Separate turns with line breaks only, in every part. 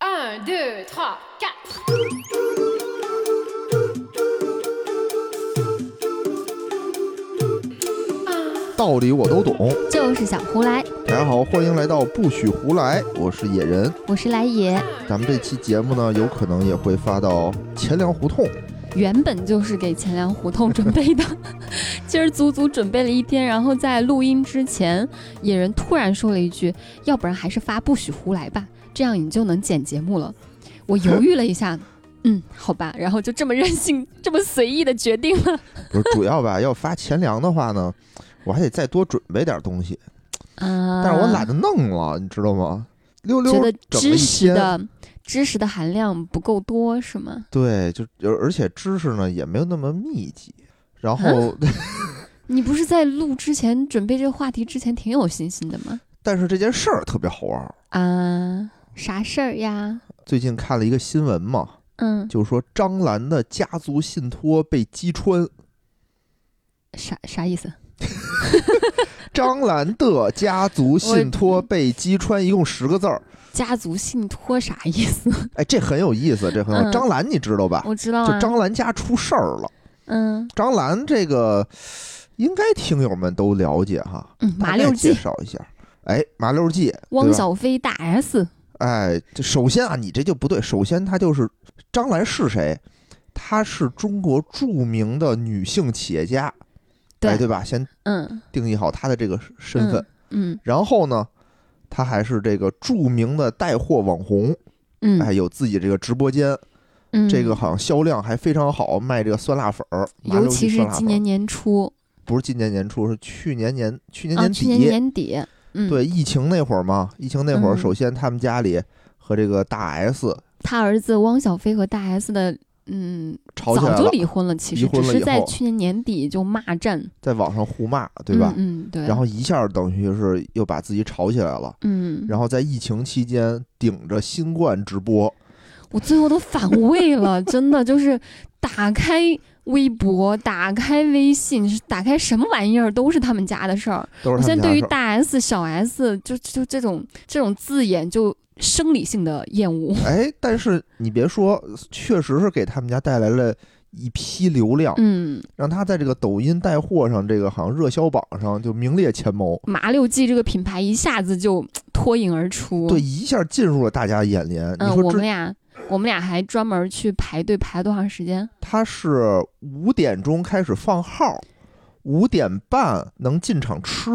1, 2, 3, 4. Ah,
道理我都懂。
就是想胡来，
大家好，欢迎来到不许胡来，我是野人。
我是来也，
咱们这期节目呢，有可能也会发到钱粮胡同。
原本就是给钱粮胡同准 备的，今儿足足准备了一天，然后在录音之前，野人突然说了一句：“要不然还是发不许胡来吧，这样你就能剪节目了。”我犹豫了一 下，嗯，好吧，然后就这么任性、这么随意的决定 了
不是，主要吧，要发钱粮的话呢， 我还得再多准备点东西，
啊。
但是我懒得弄了，你知道吗？溜溜
觉得
整了一
知识
天
的知识的含量不够多是吗？
对，就而而且知识呢也没有那么密集。然后，
啊你不是在录之前准备这个话题之前挺有信心的吗？
但是这件事儿特别好玩儿。
啊，啥事儿呀？
最近看了一个新闻嘛，
嗯，
就是说张兰的家族信托被击穿，
啥啥意思？
张兰的家族信托被击穿，一共十个字儿。
家族信托啥意思？
哎，这很有意思，这很有。
嗯
张兰你知道吧？
我知道啊。
就张兰家出事儿了。
嗯
张兰这个应该听友们都了解哈，
嗯，
大
马
概
六
介
记，
绍一下。哎，麻六记，对
汪
吧
小菲大 S，
哎，这首先啊，你这就不对。首先，她就是张兰是谁？她是中国著名的女性企业家，
对
哎、对吧？先
嗯，
定义好她的这个身份。
嗯
然后呢，她还是这个著名的带货网红，
嗯
哎，有自己这个直播间，
嗯，
这个好像销量还非常好，卖这个酸辣粉儿，麻
尤
溜
其
鸡
是
酸辣
今
粉儿
年年初
不是今年年初，是去年年去年
啊，
年
去
底，
年年底，嗯，，
对疫情那会儿嘛，疫情那会儿，
嗯
首先他们家里和这个大 S
他儿子汪小菲和大 S 的，嗯，
吵起来
早就
了，
离婚了，其实
离婚
只
了
是
以
在
后
去年年底就骂战，
在网上互骂，对吧？
嗯，嗯对。
然后一下等于是又把自己吵起来了。
嗯，
然后在疫情期间顶着新冠直播，
我最后都反胃了，真的就是打开微博、打开微信、是打开什么玩意儿都是他们家的事儿。
都是
我
他
现
们家
在对于
事儿
大 S、小 S 就就这种这种字眼就生理性的厌恶。
哎，但是你别说，确实是给他们家带来了一批流量，
嗯，
让他在这个抖音带货上，这个好像热销榜上就名列前茅，
麻六记这个品牌一下子就嘖脱颖而出。
对，，一下进入了大家眼帘。你
嗯，
说
我
这
们俩我们俩还专门去排队排了多长时间？
他是五点钟开始放号，五点半能进场吃，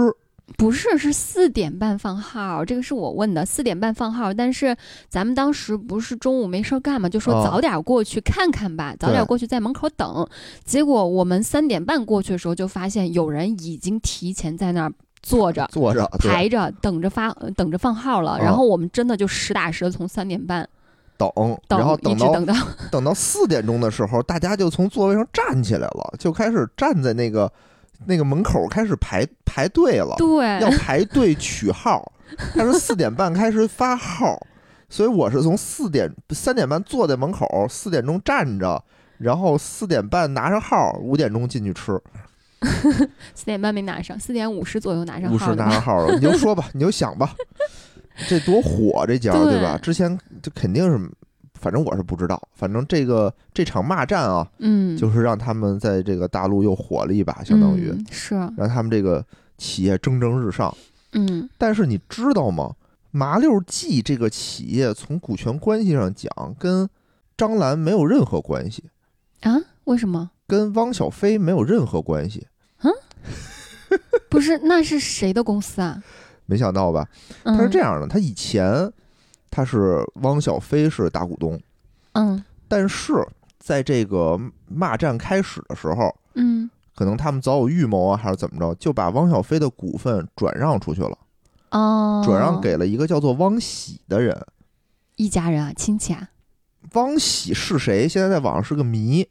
不是，是四点半放号，这个是我问的。四点半放号，但是咱们当时不是中午没事儿干嘛，就说
啊
早点过去看看吧，早点过去在门口等。结果我们三点半过去的时候，就发现有人已经提前在那儿坐着。
坐着啊对
排着等着发，呃等着放号了，
啊
然后我们真的就实打实的从三点半
等，
等，
然后
一
等
直
到哦
等到，
等到四点钟的时候，大家就从座位上站起来了，就开始站在那个那个门口开始排排队了要
对，
排队取 号。他是四点半开始发号，所以我是从四点三点半坐在门口，四点钟站着，然后四点半拿上号，五点钟进去吃，
四点半没拿上，四点五十左右拿上
五
号
十
的
拿上号 了，你就说吧，你就想吧，这多火这家儿
对
对吧？之前就肯定是。反正我是不知道，反正这个这场骂战啊，
嗯，
就是让他们在这个大陆又火了一把，相当于、
嗯是，
让他们这个企业蒸蒸日上。
嗯
但是你知道吗？麻六记这个企业从股权关系上讲，跟张兰没有任何关系，
啊，为什么？
跟汪小菲没有任何关系。
不是，那是谁的公司啊？
没想到吧？
嗯、
他是这，样的，他以前他是汪小菲是大股东，
嗯
但是在这个骂战开始的时候，
嗯，
可能他们早有预谋啊，还是怎么着，就把汪小菲的股份转让出去了。
哦，
转让给了一个叫做汪喜的人。
一家人啊，亲戚啊，
汪喜是谁？现在在网上是个谜。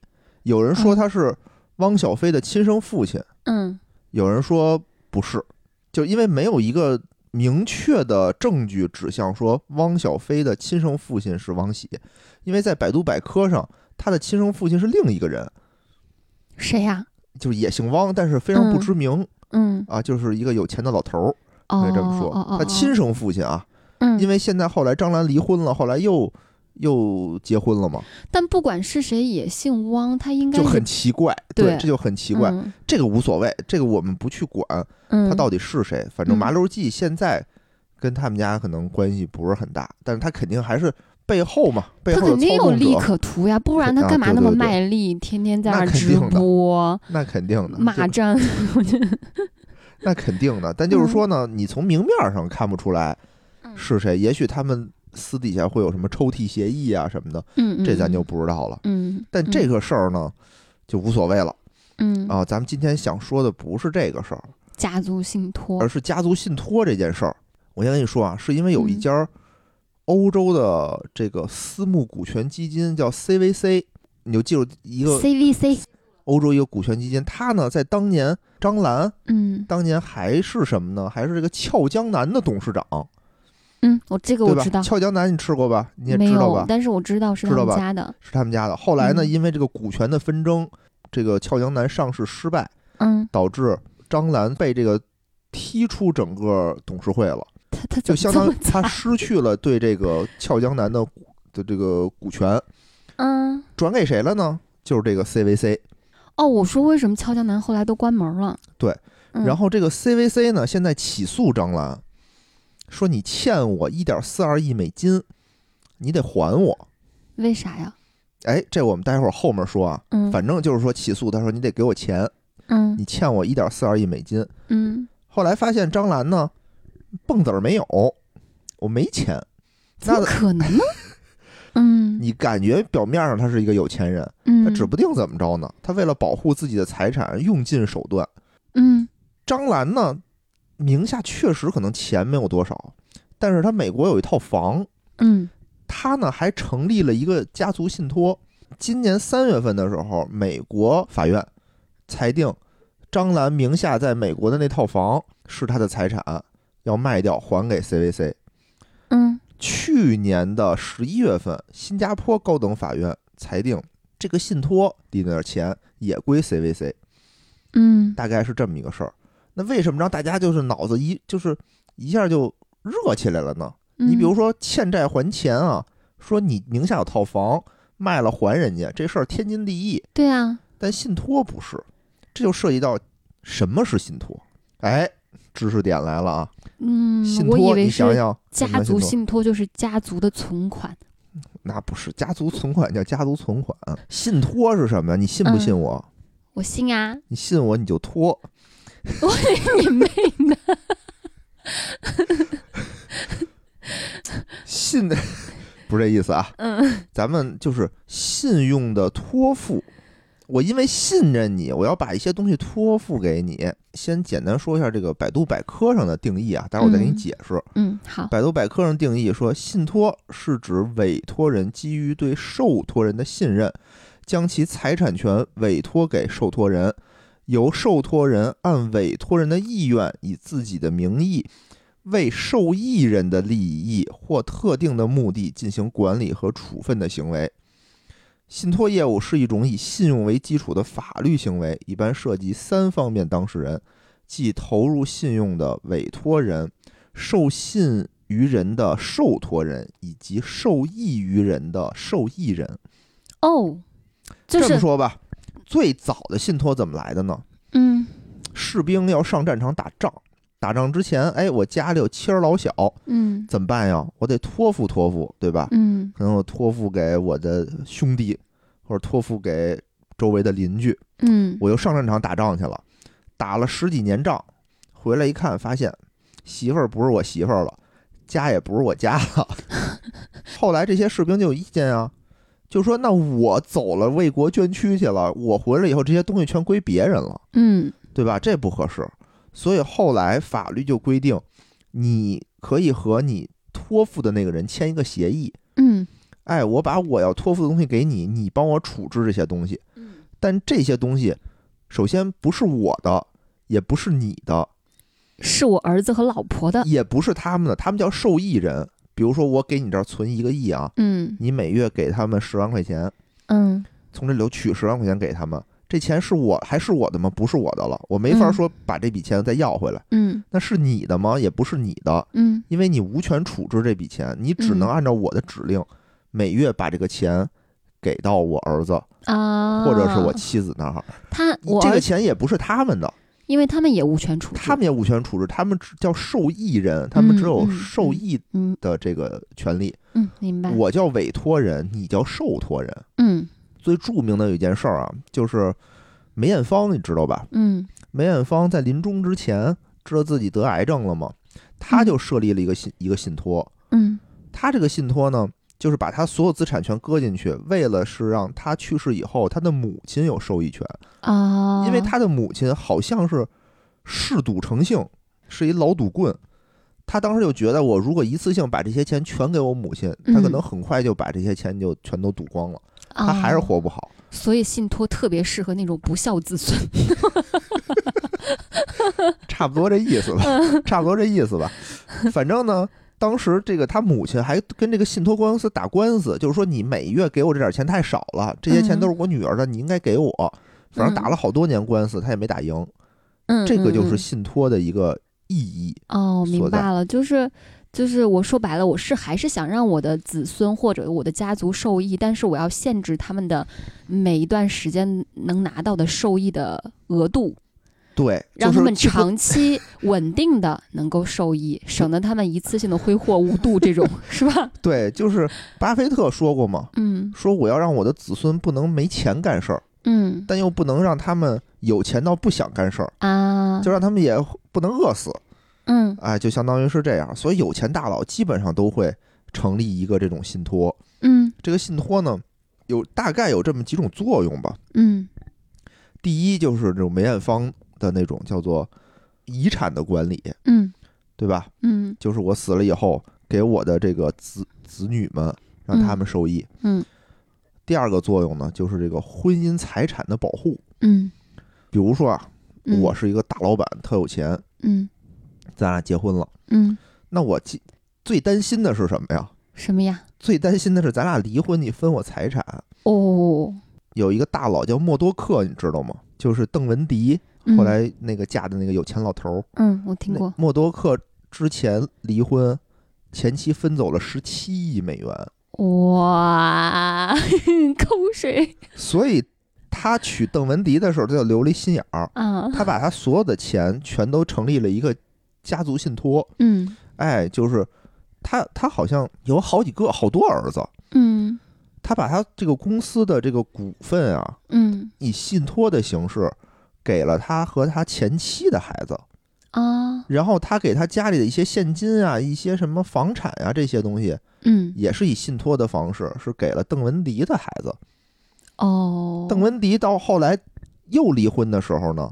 有人说他是汪小菲的亲生父亲，
嗯
有人说不是，就因为没有一个明确的证据指向说汪小菲的亲生父亲是汪喜，因为在百度百科上，他的亲生父亲是另一个人，
谁啊呀、
就是也姓汪，但是非常不
嗯
知名
嗯，
啊，就是一个有钱的老头儿，
哦，
可以这么说
哦哦，
他亲
哦，
生父亲啊。
嗯，
因
为
为现在后来张兰离婚了，后来又又结婚了嘛，
但不管是谁也姓汪，他应该
就是很奇怪。
对
这就很奇怪。
嗯
这个无所谓，这个我们不去管
嗯，
他到底是谁，反正
嗯
麻溜记现在跟他们家可能关系不是很大，但是他肯定还是背后嘛，背
他
后
肯
的
定
操
有
控
利
者，
可图呀，不然他
啊
干嘛
对
那么
对对
卖力，天天在那
那
儿
肯
直
定的
播
那肯定的，
骂
就
战？我觉 得
那肯定的。但就是
嗯
说呢，你从明面上看不出来是谁，也许他们私底下会有什么抽屉协议啊什么的，
嗯，嗯
这咱就不知道了。
嗯，
但这个事儿呢，就无所谓了
嗯嗯
啊。咱们今天想说的不是这个事儿，
家族信托
而，是家族信托这件事儿。我先跟你说啊，是因为有一
嗯
家欧洲的这个私募股权基金叫 CVC，你就记住一个
CVC，
欧洲一个股权基金，它呢在当年张兰
嗯
当年还是什么呢？还是这个俏江南的董事长，
嗯，我这个
对
我
吧
知？道，
俏江南你吃过吧？你也
没
知道
有
吧，？
但是我知道是
知
他
道
们
吧
家的，
是他们家的。后来呢，
嗯
因为这个股权的纷争，这个俏江南上市失败，
嗯，
导致张兰被这个踢出整个董事会了，
他他
就
怎么
相
这
当
么
于他
惨？啊
失去了对这个俏江南的股的这个股权，
嗯，
转给谁了呢？就是这个 CVC。
哦，我说为什么俏江南后来都关门了？
对
嗯，
然后这个 CVC 呢，现在起诉张兰，说你欠我一点四二亿美金，你得还我。
为啥呀？
哎，这我们待会儿后面说啊。
嗯，
反正就是说起诉，他说你得给我钱，
嗯
你欠我一点四二亿美金。
嗯，
后来发现张兰呢，蹦子儿没有，我没钱。
怎
那
么可能 呢？嗯
你感觉表面上他是一个有钱人，他
嗯，
指不定怎么着呢。他为了保护自己的财产，用尽手段。
嗯
张兰呢，名下确实可能钱没有多少，但是他美国有一套房，
嗯
他呢还成立了一个家族信托。今年三月份的时候，美国法院裁定张兰名下在美国的那套房是她的财产，要卖掉还给 CVC。
嗯
去年的十一月份，新加坡高等法院裁定这个信托里的钱也归 CVC，
嗯
大概是这么一个事儿。那为什么让大家就是脑子一就是一下就热起来了呢？
嗯，
你比如说欠债还钱啊，说你名下有套房卖了还人家，这事儿天经地义。
对啊，
但信托不是，这就涉及到什么是信托。哎，知识点来了啊！
嗯，
信
我以
托，
为
你
是
想想，什么
家
叫
族
信
信托就是家族的存款。
那不是家族存款叫家族存款，信托是什么呀？你信不
嗯
信我？
我 信啊，
你信我你就托，
我你妹呢！
信的 不是这意思啊。
嗯
咱们就是信用的托付。我因为信任你，我要把一些东西托付给你。先简单说一下这个百度百科上的定义啊，待会儿我再给你
嗯
解释。
嗯，好，
百度百科上定义说，信托是指委托人基于对受托人的信任，将其财产权委托给受托人，由受托人按委托人的意愿，以自己的名义，为受益人的利益或特定的目的进行管理和处分的行为。信托业务是一种以信用为基础的法律行为，一般涉及三方面当事人，即投入信用的委托人、受信于人的受托人以及受益于人的受益人。
哦，就
这么
是
说吧，最早的信托怎么来的呢？
嗯
士兵要上战场打仗，打仗之前，哎，我家里有妻儿老小，
嗯
怎么办呀？我得托付托付，对吧？
嗯
可能我托付给我的兄弟，或者托付给周围的邻居。
嗯，
我又上战场打仗去了，打了十几年仗，回来一看，发现媳妇儿不是我媳妇儿了，家也不是我家了。 后来这些士兵就有意见啊，就说那我走了为国捐躯去了，我回来以后这些东西全归别人了，
嗯
对吧？这不合适。所以后来法律就规定，你可以和你托付的那个人签一个协议，
嗯
哎，我把我要托付的东西给你，你帮我处置这些东西。
嗯
但这些东西，首先不是我的，也不是你的，
是我儿子和老婆的。
也不是他们的，他们叫受益人。比如说，我给你这儿存一个亿啊，
嗯
你每月给他们十万块钱，
嗯
从这里头取十万块钱给他们，这钱是我还是我的吗？不是我的了，我没法
嗯
说把这笔钱再要回来。
嗯
那是你的吗？也不是你的，
嗯
因为你无权处置这笔钱，你只能
嗯
按照我的指令每月把这个钱给到我儿子
啊，
或者是我妻子那儿。
他我
这
儿
个
子，
钱也不是他们的，
因为他们也无权处置，
他们也无权处置，他们只叫受益人，他们只有
嗯嗯
受益
嗯
的这个权利。
嗯，明白，
我叫委托人，你叫受托人。
嗯
最著名的有一件事儿啊，就是梅艳芳，你知道吧？
嗯
梅艳芳在临终之前知道自己得癌症了嘛，她就设立了一个信一个信托，
嗯
她这个信托呢，就是把她所有资产全搁进去，为了是让她去世以后，她的母亲有受益权，
啊，
因为她的母亲好像是嗜赌成性，是一老赌棍。她当时就觉得，我如果一次性把这些钱全给我母亲，她可
嗯
能很快就把这些钱就全都赌光了，她还是
啊
活不好。
所以信托特别适合那种不孝子孙。
差不多这意思吧，差不多这意思吧。反正呢，当时这个他母亲还跟这个信托公司打官司，就是说你每月给我这点钱太少了，这些钱
嗯
都是我女儿的，你应该给我。反正打了好多年官司，他也没打赢。
嗯，
这个就
嗯
是
嗯
信托的一个意义。
哦，明
所在
白了，就是就是我说白了，我是还是想让我的子孙或者我的家族受益，但是我要限制他们的每一段时间能拿到的受益的额度，
对，
让
就
他
是
们
其实
长 期稳定的能够受益，省得他们一次性的挥霍无度这种， 是吧？
对，就是巴菲特说过嘛，
嗯
说我要让我的子孙不能没钱干事儿，
嗯
但又不能让他们有钱到不想干事儿，
啊
就让他们也不能饿死。
嗯
哎，就相当于是这样。所以有钱大佬基本上都会成立一个这种信托。
嗯
这个信托呢，有大概有这么几种作用吧。
嗯
第一就是这种梅艳芳的那种叫做遗产的管理，
嗯
对吧？
嗯
就是我死了以后给我的这个子子女们，让他们受益。
嗯
第二个作用呢，就是这个婚姻财产的保护。
嗯
比如说啊，
嗯，
我是一个大老板，特有钱，
嗯
咱俩结婚了，
嗯
那我最最担心的是什么呀？
什么呀？
最担心的是咱俩离婚，你分我财产。
哦，
有一个大佬叫默多克，你知道吗？就是邓文迪后
嗯
来那个嫁的那个有钱老头儿。
嗯，我听
那
过
默多克之前离婚，前妻分走了十七亿美元，
哇， 口水
所以他娶邓文迪的时候，他就留了一心眼儿，
啊，
他把他所有的钱全都成立了一个家族信托。
嗯
哎，就是他，他好像有好几个、好多儿子，
嗯
他把他这个公司的这个股份啊，
嗯
以信托的形式给了他和他前妻的孩子，
啊，
然后他给他家里的一些现金啊、一些什么房产啊这些东西，
嗯
也是以信托的方式是给了邓文迪的孩子。
哦，
邓文迪到后来又离婚的时候呢，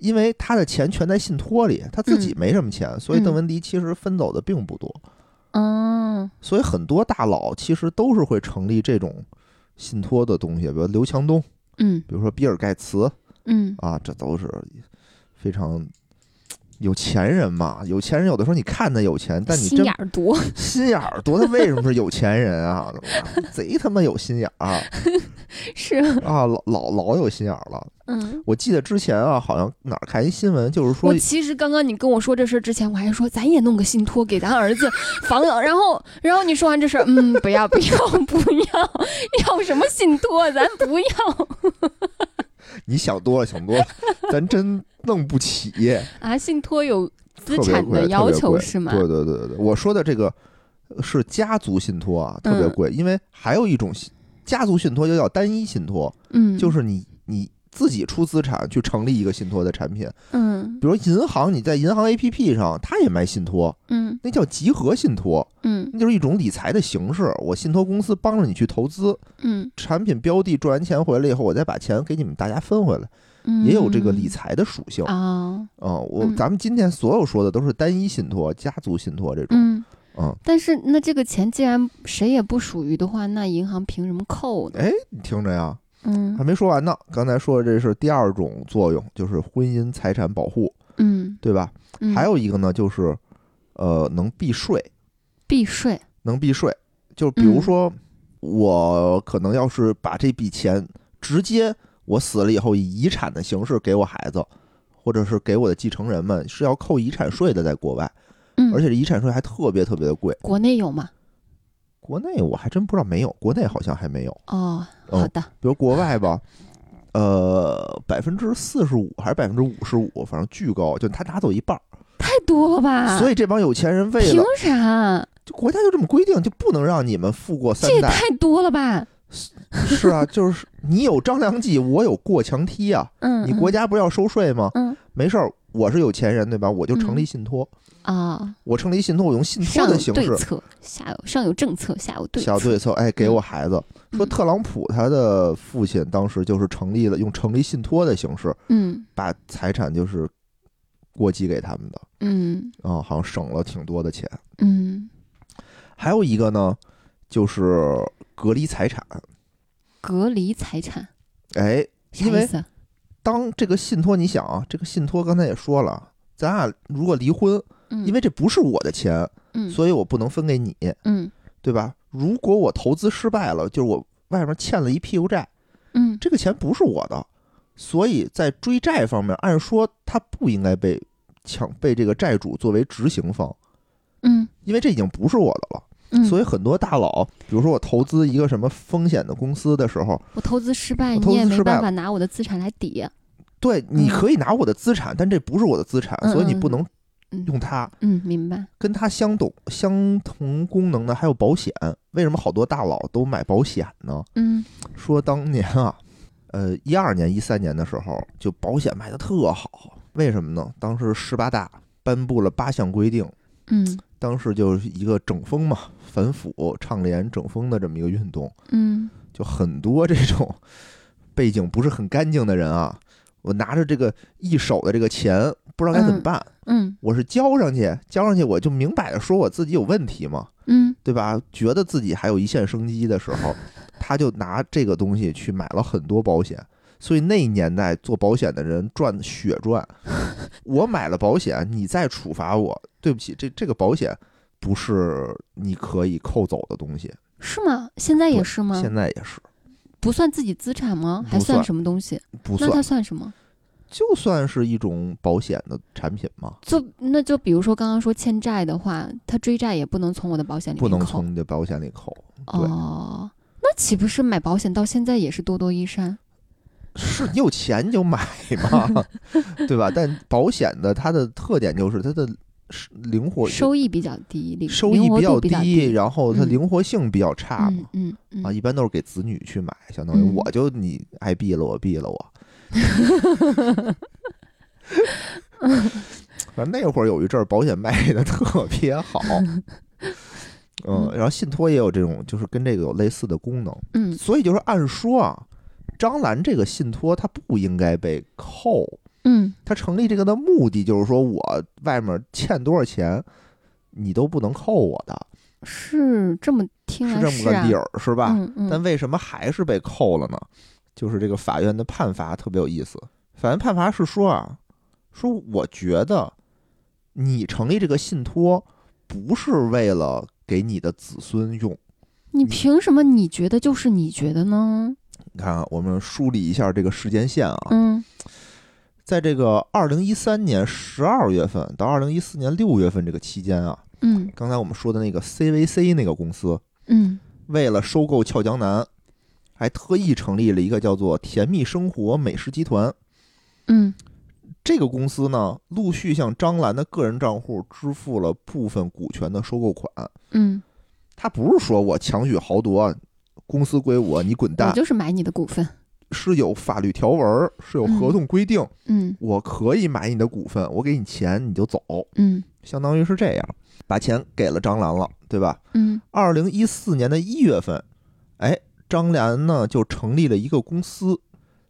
因为他的钱全在信托里，他自己
嗯
没什么钱，所以
嗯
邓文迪其实分走的并不多。
嗯
所以很多大佬其实都是会成立这种信托的东西，比如刘强东，
嗯
比如说比尔盖茨，
嗯
啊，这都是非常有钱人嘛。有钱人有的时候你看他有钱，但你
心
真
眼儿毒，
心眼儿多，他为什么是有钱人啊？ 贼他妈有心眼儿啊！
是
啊老老老有心眼儿了。
嗯。
我记得之前啊，好像哪儿看一新闻，就是说
我其实刚刚你跟我说这事儿之前，我还说咱也弄个信托给咱儿子防，然后然后你说完这事儿，嗯，不要不要不要，要什么信托，咱不要
你想多了，想 多了，咱真弄不起，
啊！信托有资
特别
产
贵
的
特
要
别
求
贵
是吗？
对对对对对，我说的这个呃是家族信托啊，特别
嗯
贵，因为还有一种信家族信托就叫单一信托，
嗯，
就是你你自己出资产去成立一个信托的产品，
嗯
比如银行，你在银行 APP 上，它也卖信托，
嗯
那叫集合信托，
嗯
那就是一种理财的形式。我信托公司帮着你去投资，
嗯
产品标的赚完钱回来以后，我再把钱给你们大家分回来，
嗯，
也有这个理财的属性。
啊，
嗯，我
嗯
咱们今天所有说的都是单一信托、家族信托这种。
嗯。
嗯，
但是那这个钱既然谁也不属于的话，那银行凭什么扣呢？
哎，你听着呀，还
嗯
没说完呢。刚才说的这是第二种作用，就是婚姻财产保护，
嗯，
对吧？
嗯
还有一个呢，就是呃，能避税，
避税，
能避税。就比如
嗯
说，我可能要是把这笔钱直接我死了以后以遗产的形式给我孩子，或者是给我的继承人们，是要扣遗产税的，在国外，
嗯，
而且这遗产税还特别特别的贵。
国内有吗？
国内我还真不知道没有，国内好像还没有。
哦，
嗯
好的，
比如国外吧，呃，百分之四十五还是百分之五十五，反正巨高，就他拿走一半儿。
太多了吧？
所以这帮有钱人为
啊凭
了，
啥？
就国家就这么规定，就不能让你们富过三
这也
代。
太多了吧？
是啊，就是你有张良计，我有过墙梯啊。
嗯，
你国家不是要收税吗？
嗯
没事儿，我是有钱人，对吧？我就成立
嗯
信托，
嗯啊，
我成立信托，我用信托
上
的
有
形
对
式
策，下有上有政策，下有对
小
策。
对策，哎，给
嗯
我孩子。说
嗯
特朗普他的父亲当时就是成立了用成立信托的形式，
嗯
把财产就是过继给他们的，
嗯
啊、好像省了挺多的钱。
嗯，
还有一个呢，就是隔离财产，
隔离财产
哎，
啥
因为
意思啊？
当这个信托，你想啊，这个信托刚才也说了，咱俩如果离婚，
嗯，
因为这不是我的钱，
嗯
所以我不能分给你，
嗯
对吧？如果我投资失败了，就是我外面欠了一屁股债，
嗯
这个钱不是我的，所以在追债方面，按说他不应该被抢被这个债主作为执行方，
嗯
因为这已经不是我的了。
嗯，
所以很多大佬，比如说我投资一个什么风险的公司的时候，
我投资失败，
我投
你也
资
没
失败
办
了
法拿我的资产来抵。
对，你
嗯
可以拿我的资产，但这不是我的资产，
嗯
所以你
嗯
不能
嗯
用它。
嗯，明白。
跟它相同相同功能的还有保险，为什么好多大佬都买保险呢？
嗯
说当年啊，呃，一二年、一三年的时候，就保险卖的特好，为什么呢？当时十八大颁布了八项规定，
嗯
当时就是一个整风嘛，反腐倡廉整风的这么一个运动，
嗯
就很多这种 背景不是很干净的人啊，我拿着这个一手的这个钱，不知道该怎么办，
嗯
我是交上去，交上去我就明摆着说我自己有问题嘛，
嗯
对吧？觉得自己还有一线生机的时候，他就拿这个东西去买了很多保险。所以那年代做保险的人赚血赚。 我买了保险，你再处罚我，对不起，这这个保险不是你可以扣走的东西。
是吗？现在也
对
是吗？
现在也是
不算自己资产吗？还
不算
什么东西？
不
那它
算，
算什么？
就算是一种保险的产品嘛，
就那就比如说刚刚说欠债的话，他追债也不能从我的保险里
不
面
能
扣
从你的保险里扣。对
哦。那岂不是买保险到现在也是多多益善？
是你有钱你就买 嘛，对吧？但保险的它的特点就是它的是灵活
收益比较低，灵
收
灵
益
活
比
度
较
比较
低，然后它
嗯
灵活性比较差
嗯
嘛，
嗯嗯
啊，一般都是给子女去买，相当于
嗯
我就你爱毙了我毙了 我。反正那会儿有一阵儿保险卖的特别 好，嗯，然后信托也有这种，就是跟这个有类似的功能，
嗯
所以就是按说啊，张兰这个信托它不应该被扣，
嗯
他成立这个的目的就是说我外面欠多少钱，你都不能扣我的，
是这么听
是
来
这么个
啊
理，儿，是吧？
嗯嗯
但为什么还是被扣了呢？就是这个法院的判罚特别有意思。法院判罚是说啊，说我觉得你成立这个信托不是为了给你的子孙用。嗯
你凭什么你觉得就是你觉得呢？
你看啊，我们梳理一下这个时间线啊，
嗯
在这个二零一三年十二月份到二零一四年六月份这个期间啊，
嗯
刚才我们说的那个 CVC 那个公司，
嗯
为了收购俏江南，还特意成立了一个叫做“甜蜜生活美食集团
嗯”
这个公司呢，陆续向张兰的个人账户支付了部分股权的收购款。
嗯，
他不是说我强取豪夺，公司归我，你滚
我
蛋，
就是买你的股份。
是有法律条文，是有合同规定，
嗯
我可以买你的股份，我给你钱你就走，
嗯
相当于是这样，把钱给了张兰了，对吧？
嗯
二零一四年的一月份，哎，张兰呢就成立了一个公司，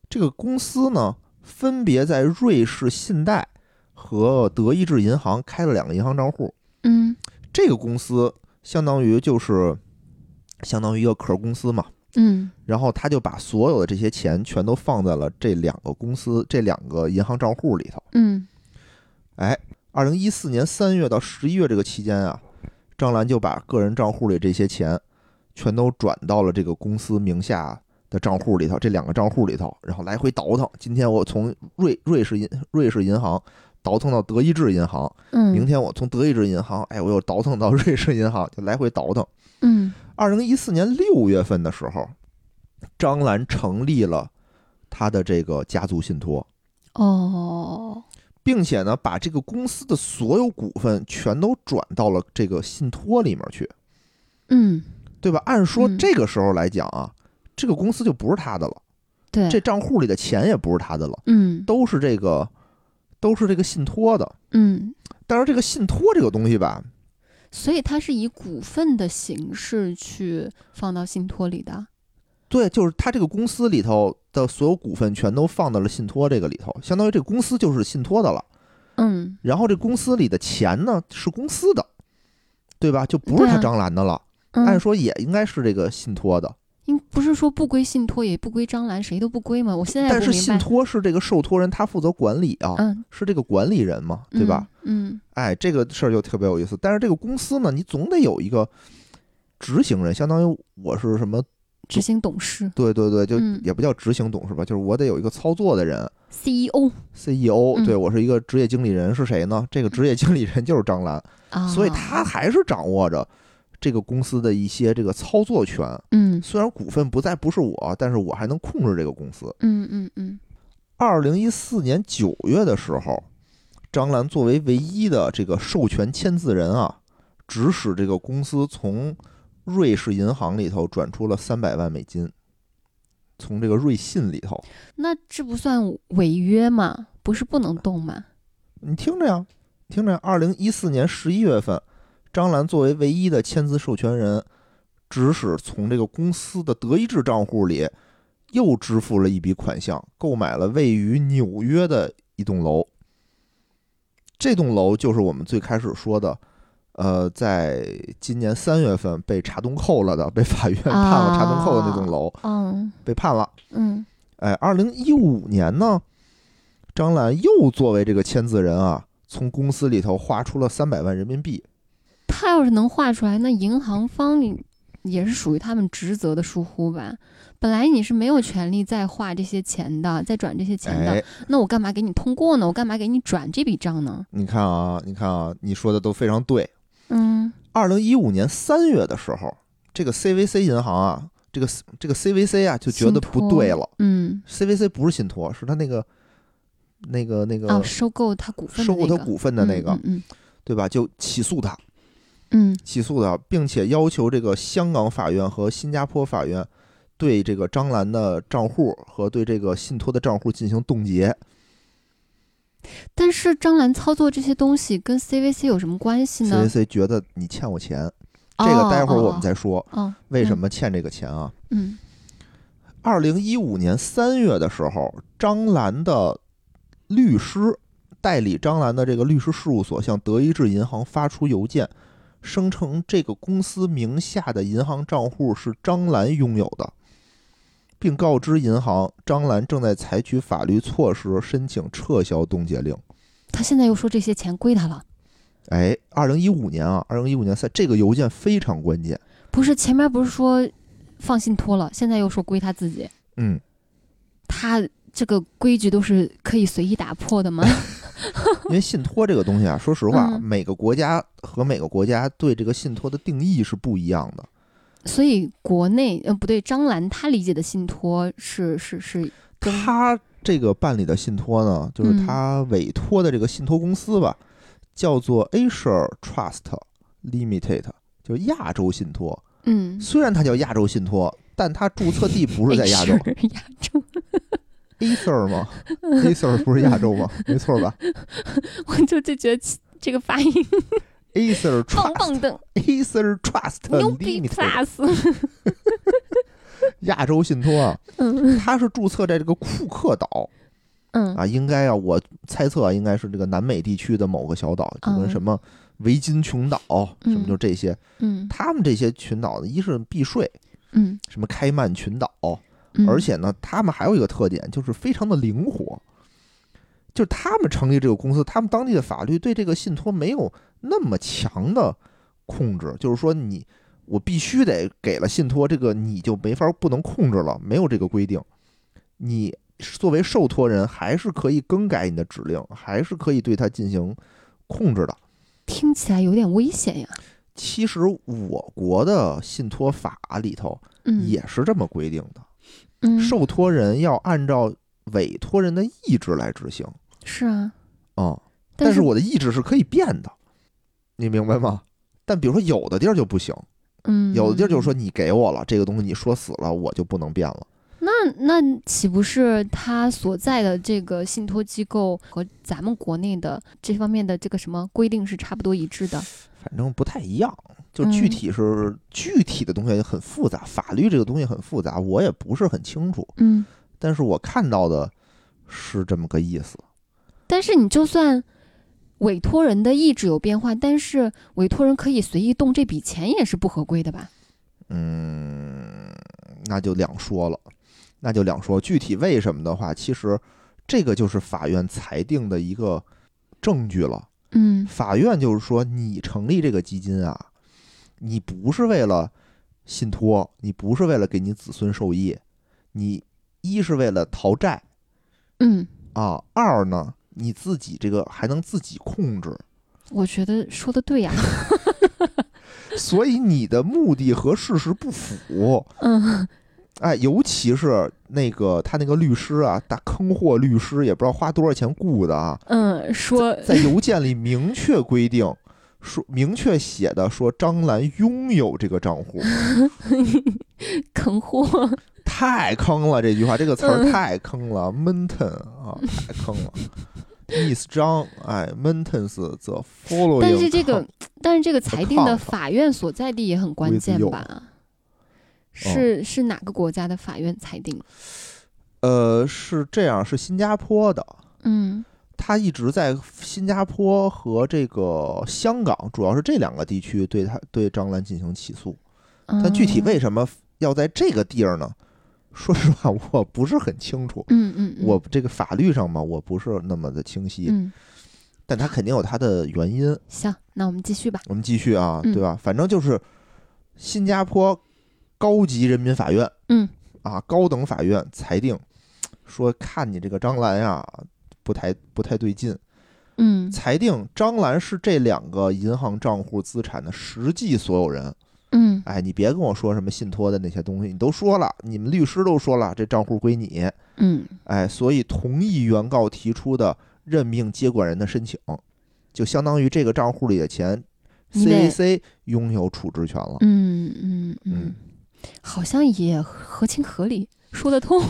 这个公司呢分别在瑞士信贷和德意志银行开了两个银行账户。
嗯
这个公司相当于就是相当于一个壳公司嘛，
嗯
然后他就把所有的这些钱全都放在了这两个公司这两个银行账户里头。
嗯
哎，二零一四年三月到十一月这个期间啊，张兰就把个人账户里这些钱全都转到了这个公司名下的账户里头，这两个账户里头，然后来回倒腾。今天我从瑞瑞士银瑞士银行倒腾到德意志银行，
嗯，
明天我从德意志银行，哎，我又倒腾到瑞士银行，就来回倒腾。
嗯
二零一四年六月份的时候，张兰成立了他的这个家族信托，
哦，
并且呢，把这个公司的所有股份全都转到了这个信托里面去，
嗯，
对吧？按说
嗯
这个时候来讲啊，这个公司就不是他的了，
对，
这账户里的钱也不是他的了，
嗯
都是这个都是这个信托的。
嗯，
但是这个信托这个东西吧，
所以它是以股份的形式去放到信托里的。啊
对，就是他这个公司里头的所有股份全都放到了信托这个里头，相当于这个公司就是信托的了。
嗯，
然后这公司里的钱呢是公司的，对吧？就不是
对
他
啊
张兰的了，
嗯
按说也应该是这个信托的，
应不是说不归信托，也不归张兰，谁都不归吗？我现在也
但
不
是
明
信
白，
托是这个受托人他负责管理啊，
嗯，
是这个管理人嘛，对吧？？
嗯，
哎，这个事儿就特别有意思。但是这个公司呢，你总得有一个执行人，相当于我是什么？
执行董事
对对对，就
嗯
也不叫执行董事吧，就是我得有一个操作的人。
CEO
CEO，
嗯
对我是一个职业经理人是谁呢？这个职业经理人就是张兰，
啊，
所以他还是掌握着这个公司的一些这个操作权。
嗯
虽然股份不再不是我，但是我还能控制这个公司。
嗯嗯嗯
二零一四年九月的时候，张兰作为唯一的这个授权签字人啊，指使这个公司从瑞士银行里头转出了三百万美金，从这个瑞信里头。
那这不算违约吗？不是不能动吗？
你听着呀，听着呀。二零一四年十一月份，张兰作为唯一的签字授权人，指使从这个公司的德意志账户里又支付了一笔款项，购买了位于纽约的一栋楼。这栋楼就是我们最开始说的，呃，在今年三月份被查东扣了的，被法院判了查东扣的那栋楼、
嗯
被判了。
嗯
哎，二零一五年呢，张兰又作为这个签字人啊，从公司里头划出了三百万人民币。
他要是能画出来，那银行方也是属于他们职责的疏忽吧。本来你是没有权利再画这些钱的，再转这些钱的，
哎，
那我干嘛给你通过呢？我干嘛给你转这笔账呢？
你看啊，你看啊，你说的都非常对。
嗯
二零一五年三月的时候，这个 CVC 银行啊，这个这个 CVC 啊，就觉得不对了。
嗯，
CVC 不是信托，是他那个那个那个、
啊，收购他股份
嗯
的
收购他
那个
股份的那个，
嗯
对吧？就起诉他，
嗯
起诉他，并且要求这个香港法院和新加坡法院对这个张兰的账户和对这个信托的账户进行冻结。
嗯。但是张兰操作这些东西跟 CVC 有什么关系呢？
CAC 觉得你欠我钱，这个待会儿我们再说
哦。哦，
为什么欠这个钱啊。
嗯
二零一五年三月的时候，张兰的律师代理张兰的这个律师事务所向德意志银行发出邮件，声称这个公司名下的银行账户是张兰拥有的，并告知银行张兰正在采取法律措施申请撤销冻结令。
他现在又说这些钱归他了，
哎，二零一五年啊，二零一五年在这个邮件非常关键。
不是前面不是说放信托了，现在又说归他自己，
嗯，
他这个规矩都是可以随意打 破的吗？
因为信托这个东西啊，说实话，
嗯
每个国家和每个国家对这个信托的定义是不一样的。
所以国内呃不对，张兰她理解的信托是是是跟
他这个办理的信托呢，就是
嗯
他委托的这个信托公司吧，叫做 Asia Trust Limited，就是亚洲信托。
嗯
虽然它叫亚洲信托，但它注册地不是在亚洲
是亚洲，
，Asia 吗？Asia 不是亚洲吗？没错吧
我就就觉得其这个发音
？Asia
棒棒
Trust
的，
Asia Trust
牛逼
Limited
plus，
亚洲信托啊，
嗯
它是注册在这个库克岛。
嗯
啊，应该啊，我猜测啊应该是这个南美地区的某个小岛，就跟
嗯
什么维金群岛，什么
嗯
就这些，
嗯
他们这些群岛呢，一是避税，
嗯
什么开曼群岛，
嗯，
而且呢，他们还有一个特点就是非常的灵活，就是他们成立这个公司，他们当地的法律对这个信托没有那么强的控制，就是说你我必须得给了信托，这个你就没法不能控制了，没有这个规定，你作为受托人还是可以更改你的指令，还是可以对它进行控制的。
听起来有点危险呀。
其实我国的信托法里头
嗯，
也是这么规定的，
嗯
受托人要按照委托人的意志来执行
是啊，
啊、嗯
但
但是我的意志是可以变的，你明白吗？但比如说有的地儿就不行，
嗯，
有的地儿就说你给我了这个东西，你说死了我就不能变了。
那那岂不是他所在的这个信托机构和咱们国内的这方面的这个什么规定是差不多一致的？
反正不太一样，就具体是、具体的东西很复杂，法律这个东西很复杂，我也不是很清楚。
嗯，
但是我看到的是这么个意思，
但是你就算委托人的意志有变化，但是委托人可以随意动这笔钱也是不合规的吧？
嗯，那就两说了，那就两说。具体为什么的话，其实这个就是法院裁定的一个证据了。
嗯
法院就是说，你成立这个基金啊，你不是为了信托，你不是为了给你子孙受益，你一是为了逃债
嗯，
啊，二呢，你自己这个还能自己控制，
我觉得说的 对呀、啊
所以你的目的和事实不符。
嗯
哎，尤其是那个他那个律师啊，大坑货律师，也不知道花多少钱雇的 啊，
嗯，说
在邮件里明确规定，说明确写的说张兰拥有这个账 户。
坑货，
太坑了！这句话，这个词儿
嗯
太坑了。Maintain 啊，太坑了。Miss 张，哎，maintains the following。
但是这个，但是这个裁定的
抗
法院所在地也很关
With
键
you
吧？是是哪个国家的法院裁定的？
呃，是这样，是新加坡的，
嗯
他一直在新加坡和这个香港，主要是这两个地区对他对张兰进行起诉。但具体
嗯
为什么要在这个地儿呢？ 说实话，我不是很清楚。
嗯嗯，嗯
我这个法律上嘛，我不是那么的清晰，
嗯
但他肯定有他的原因。
行，那我们继续吧。
我们继续啊，
嗯
对吧？反正就是新加坡高级人民法院
嗯
啊，高等法院裁定说，看你这个张兰呀，不太不太对劲。
嗯
裁定张兰是这两个银行账户资产的实际所有人。
嗯
哎，你别跟我说什么信托的那些东西，你都说了，你们律师都说了，这账户归你。
嗯
哎，所以同意原告提出的任命接管人的申请，就相当于这个账户里的钱
你得
，CAC 拥有处置权了。
嗯嗯嗯
嗯，
好像也合情合理，说得通。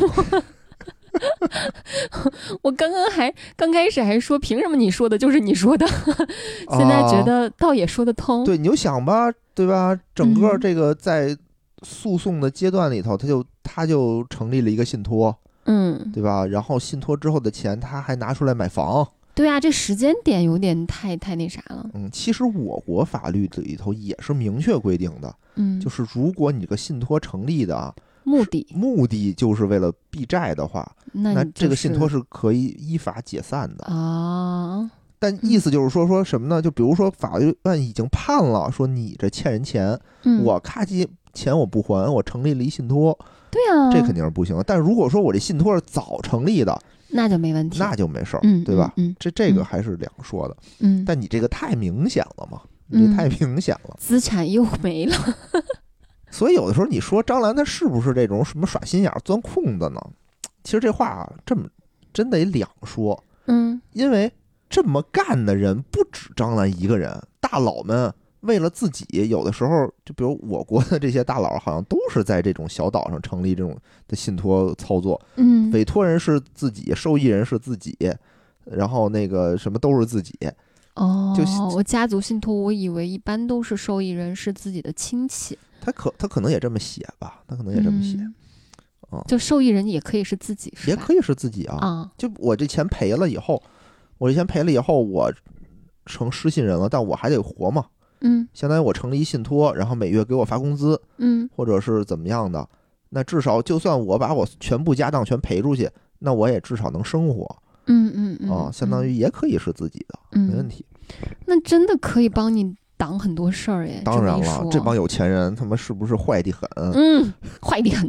我刚刚还刚开始还说，凭什么你说的就是你说的？ 现在觉
啊、
得倒也说得通。
对，你就想吧，对吧？整个
嗯
这个在诉讼的阶段里头，他就他就成立了一个信托，
嗯，
对吧？然后信托之后的钱，他还拿出来买房。
对啊，这时间点有点太太那啥了。
嗯，其实我国法律里头也是明确规定的，
嗯，
就是如果你这个信托成立的啊，
目的，
目的就是为了避债的话，
那
那
你
这
就
个信托
是
是可以依法解散的。
啊，
但意思就是说，说什么呢？就比如说法院已经判了，说你这欠人钱，
嗯，
我咔叽钱我不还，我成立了一信托，
对啊，
这肯定是不行的。但如果说我这信托是早成立的，
那就没问题，
那就没事儿，
嗯，
对吧？
嗯
这这个
嗯
还是两说的。
嗯，嗯
但你这个太明显了嘛，你
嗯
这太明显了。
资产又没了。
所以有的时候你说张兰她是不是这种什么耍心眼儿、钻空子呢？其实这话啊这么真得两说。
嗯
因为这么干的人不止张兰一个人，大佬们为了自己，有的时候就比如我国的这些大佬，好像都是在这种小岛上成立这种的信托操作，
嗯，
委托人是自己，受益人是自己，然后那个什么都是自己，
哦，
就
我家族信托，我以为一般都是受益人是自己的亲戚，
他可他可能也这么写吧，他可能也这么写，
嗯
哦
就受益人也可以是自己，是
也
吧？
可以是自己啊。
啊，
就我这钱赔了以后，我这钱赔了以后，我成失信人了，但我还得活嘛，
嗯
相当于我成立一信托，然后每月给我发工资，
嗯
或者是怎么样的，那至少就算我把我全部家当全赔出去，那我也至少能生活
嗯嗯嗯
啊，相当于也可以是自己的，没问
嗯，
题。
那真的可以帮你挡很多事儿耶。
当
么
然
一
了
说，
这帮有钱人他妈是不是坏的很？
嗯坏的很，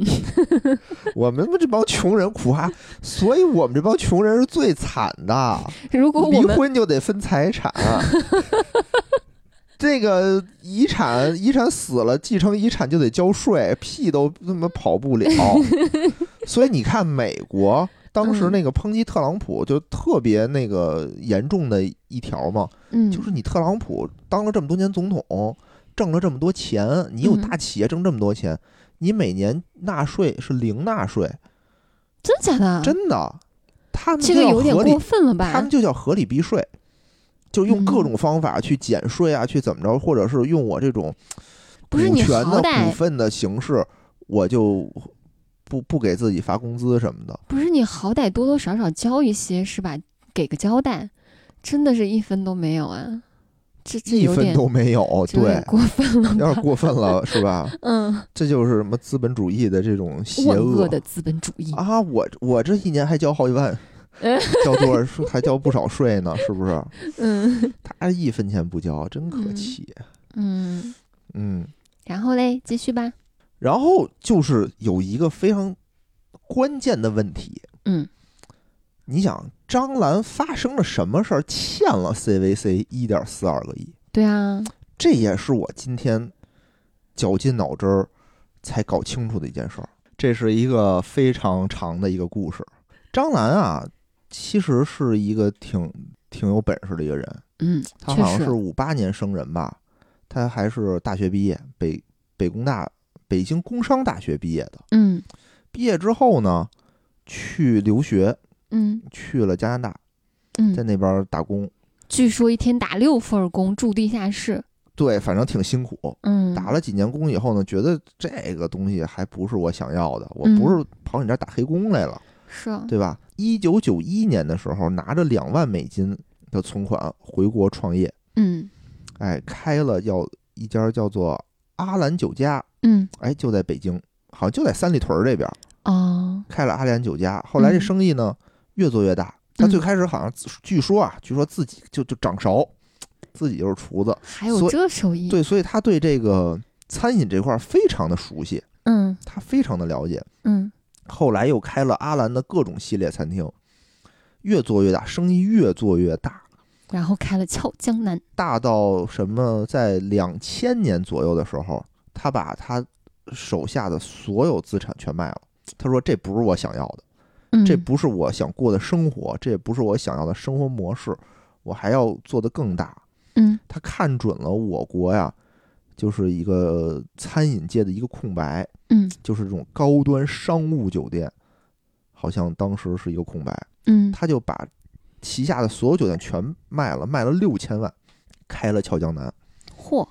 我们这帮穷人苦哈，所以我们这帮穷人是 最惨的，
如果我
离
们
婚就得分财产。啊这个遗产，遗产死了，继承遗产就得交税，屁都他妈跑不 了。所以你看，美国当
嗯
时那个抨击特朗普就特别那个严重的一条嘛，
嗯，
就是你特朗普当了这么多年总统，挣了这么多钱，你有
嗯
大企业挣这么多钱，你每年纳税是零纳税，
真假的，
真的。他们
啊这
就
个
要
有点
合理
过分了
他
吧
们？就叫合理避税，就用各
嗯
种方法去减税啊，去怎么着，或者是用我这种
不
股
是你
权的
好歹
股份的形式，我就不不给自己发工资什么的。
不是你好歹多多少少交一些是吧？给个交代，真的是一分都没有啊，这这
一
有
分
点
都没有，
这有点
对，
过分了
有点
吧？
过分了，是吧？
嗯，
这就是什么资本主义的这 种邪
万恶
恶
的资本主义，
啊！我我这一年还交好几 万，交多少税还交不少税呢，是不是？
嗯
他一分钱不交，真可
嗯
气。
嗯，
嗯，
然后嘞，继续吧，
然后就是有一个非常关键的问题，
嗯，
你想张兰发生了什么事儿，欠了 CVC 一点四二个亿？
对啊，
这也是我今天绞尽脑汁儿才搞清楚的一件事儿。这是一个非常长的一个故事。张兰啊，其实是一个挺挺有本事的一个人，
嗯，
她
确
好像
实
是五八年生人吧，她还是大学毕业，北北工大北京工商大学毕业的。
嗯
毕业之后呢，去留学，
嗯
去了加拿大，在
嗯，
那边打工。
据说一天打六份工，住地下室，
对，反正挺辛苦。
嗯，
打了几年工以后呢，觉得这个东西还不是我想要的，我
嗯
不是跑你这儿打黑工来了，
是，啊
对吧？一九九一年的时候，拿着两万美金的存款回国创业，
嗯
哎，开了要一家叫做阿兰酒家，
嗯
哎，就在北京，好像就在三里屯儿这边
哦，
开了阿兰酒家。后来这
嗯
生意呢，越做越大。他
嗯
最开始好像自据说啊，据说自己就就掌勺，自己就是厨子，
还有
所
这手艺，
对，所以他对这个餐饮这块儿非常的熟悉，
嗯
他非常的了解。
嗯
后来又开了阿兰的各种系列餐厅，越做越大，生意越做越大，
然后开了俏江南，
大到什么？在两千年左右的时候，他把他手下的所有资产全卖了。他说：“这不是我想要的，
嗯，
这不是我想过的生活，这也不是我想要的生活模式，我还要做得更大。”
嗯
他看准了我国呀，就是一个餐饮界的一个空白，
嗯
就是这种高端商务酒店，好像当时是一个空白，
嗯
他就把旗下的所有酒店全卖了，卖了六千万，开了俏江南。
嚯，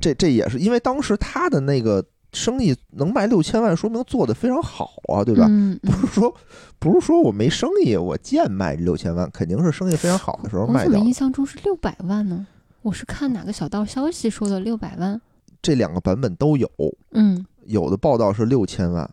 这这也是因为当时他的那个生意能卖六千万，说明做得非常好啊，对吧？
嗯，
不是说不是说我没生意，我贱卖六千万，肯定是生意非常好的时候
我
卖
怎
掉
哦么
的
印。象中是六百万呢？我是看哪个小道消息说的六百万，
这两个版本都有，
嗯
有的报道是六千万，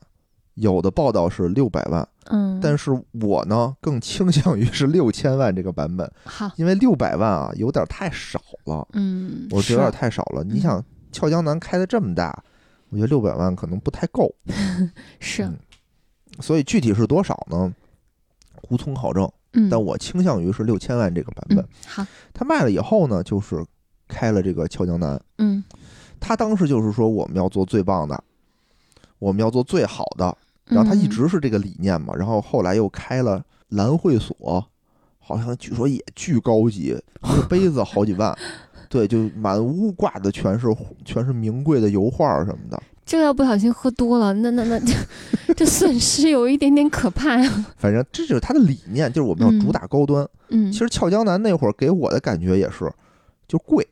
有的报道是六百万，
嗯，
但是我呢更倾向于是六千万这个版本，
好，
因为六百万啊有点太少了，
嗯，
我觉得
是
有点太少了。你想，俏江南开的这么大，我觉得六百万可能不太够，
是，
嗯所以具体是多少呢？无从考证，
嗯，
但我倾向于是六千万这个版
嗯
本。
好，
他卖了以后呢，就是开了这个俏江南，
嗯
他当时就是说我们要做最棒的，我们要做最好的，然后他一
嗯
直是这个理念嘛，然后后来又开了蓝会所，好像据说也巨高级，一个杯子好几 万，对，就满屋挂的全是全是名贵的油画什么的，
这要不小心喝多了，那那那这这损失有一点点可怕呀，
反正这就是他的理念，就是我们要主打高端。
嗯
其实俏江南那会儿给我的感觉也是，就贵，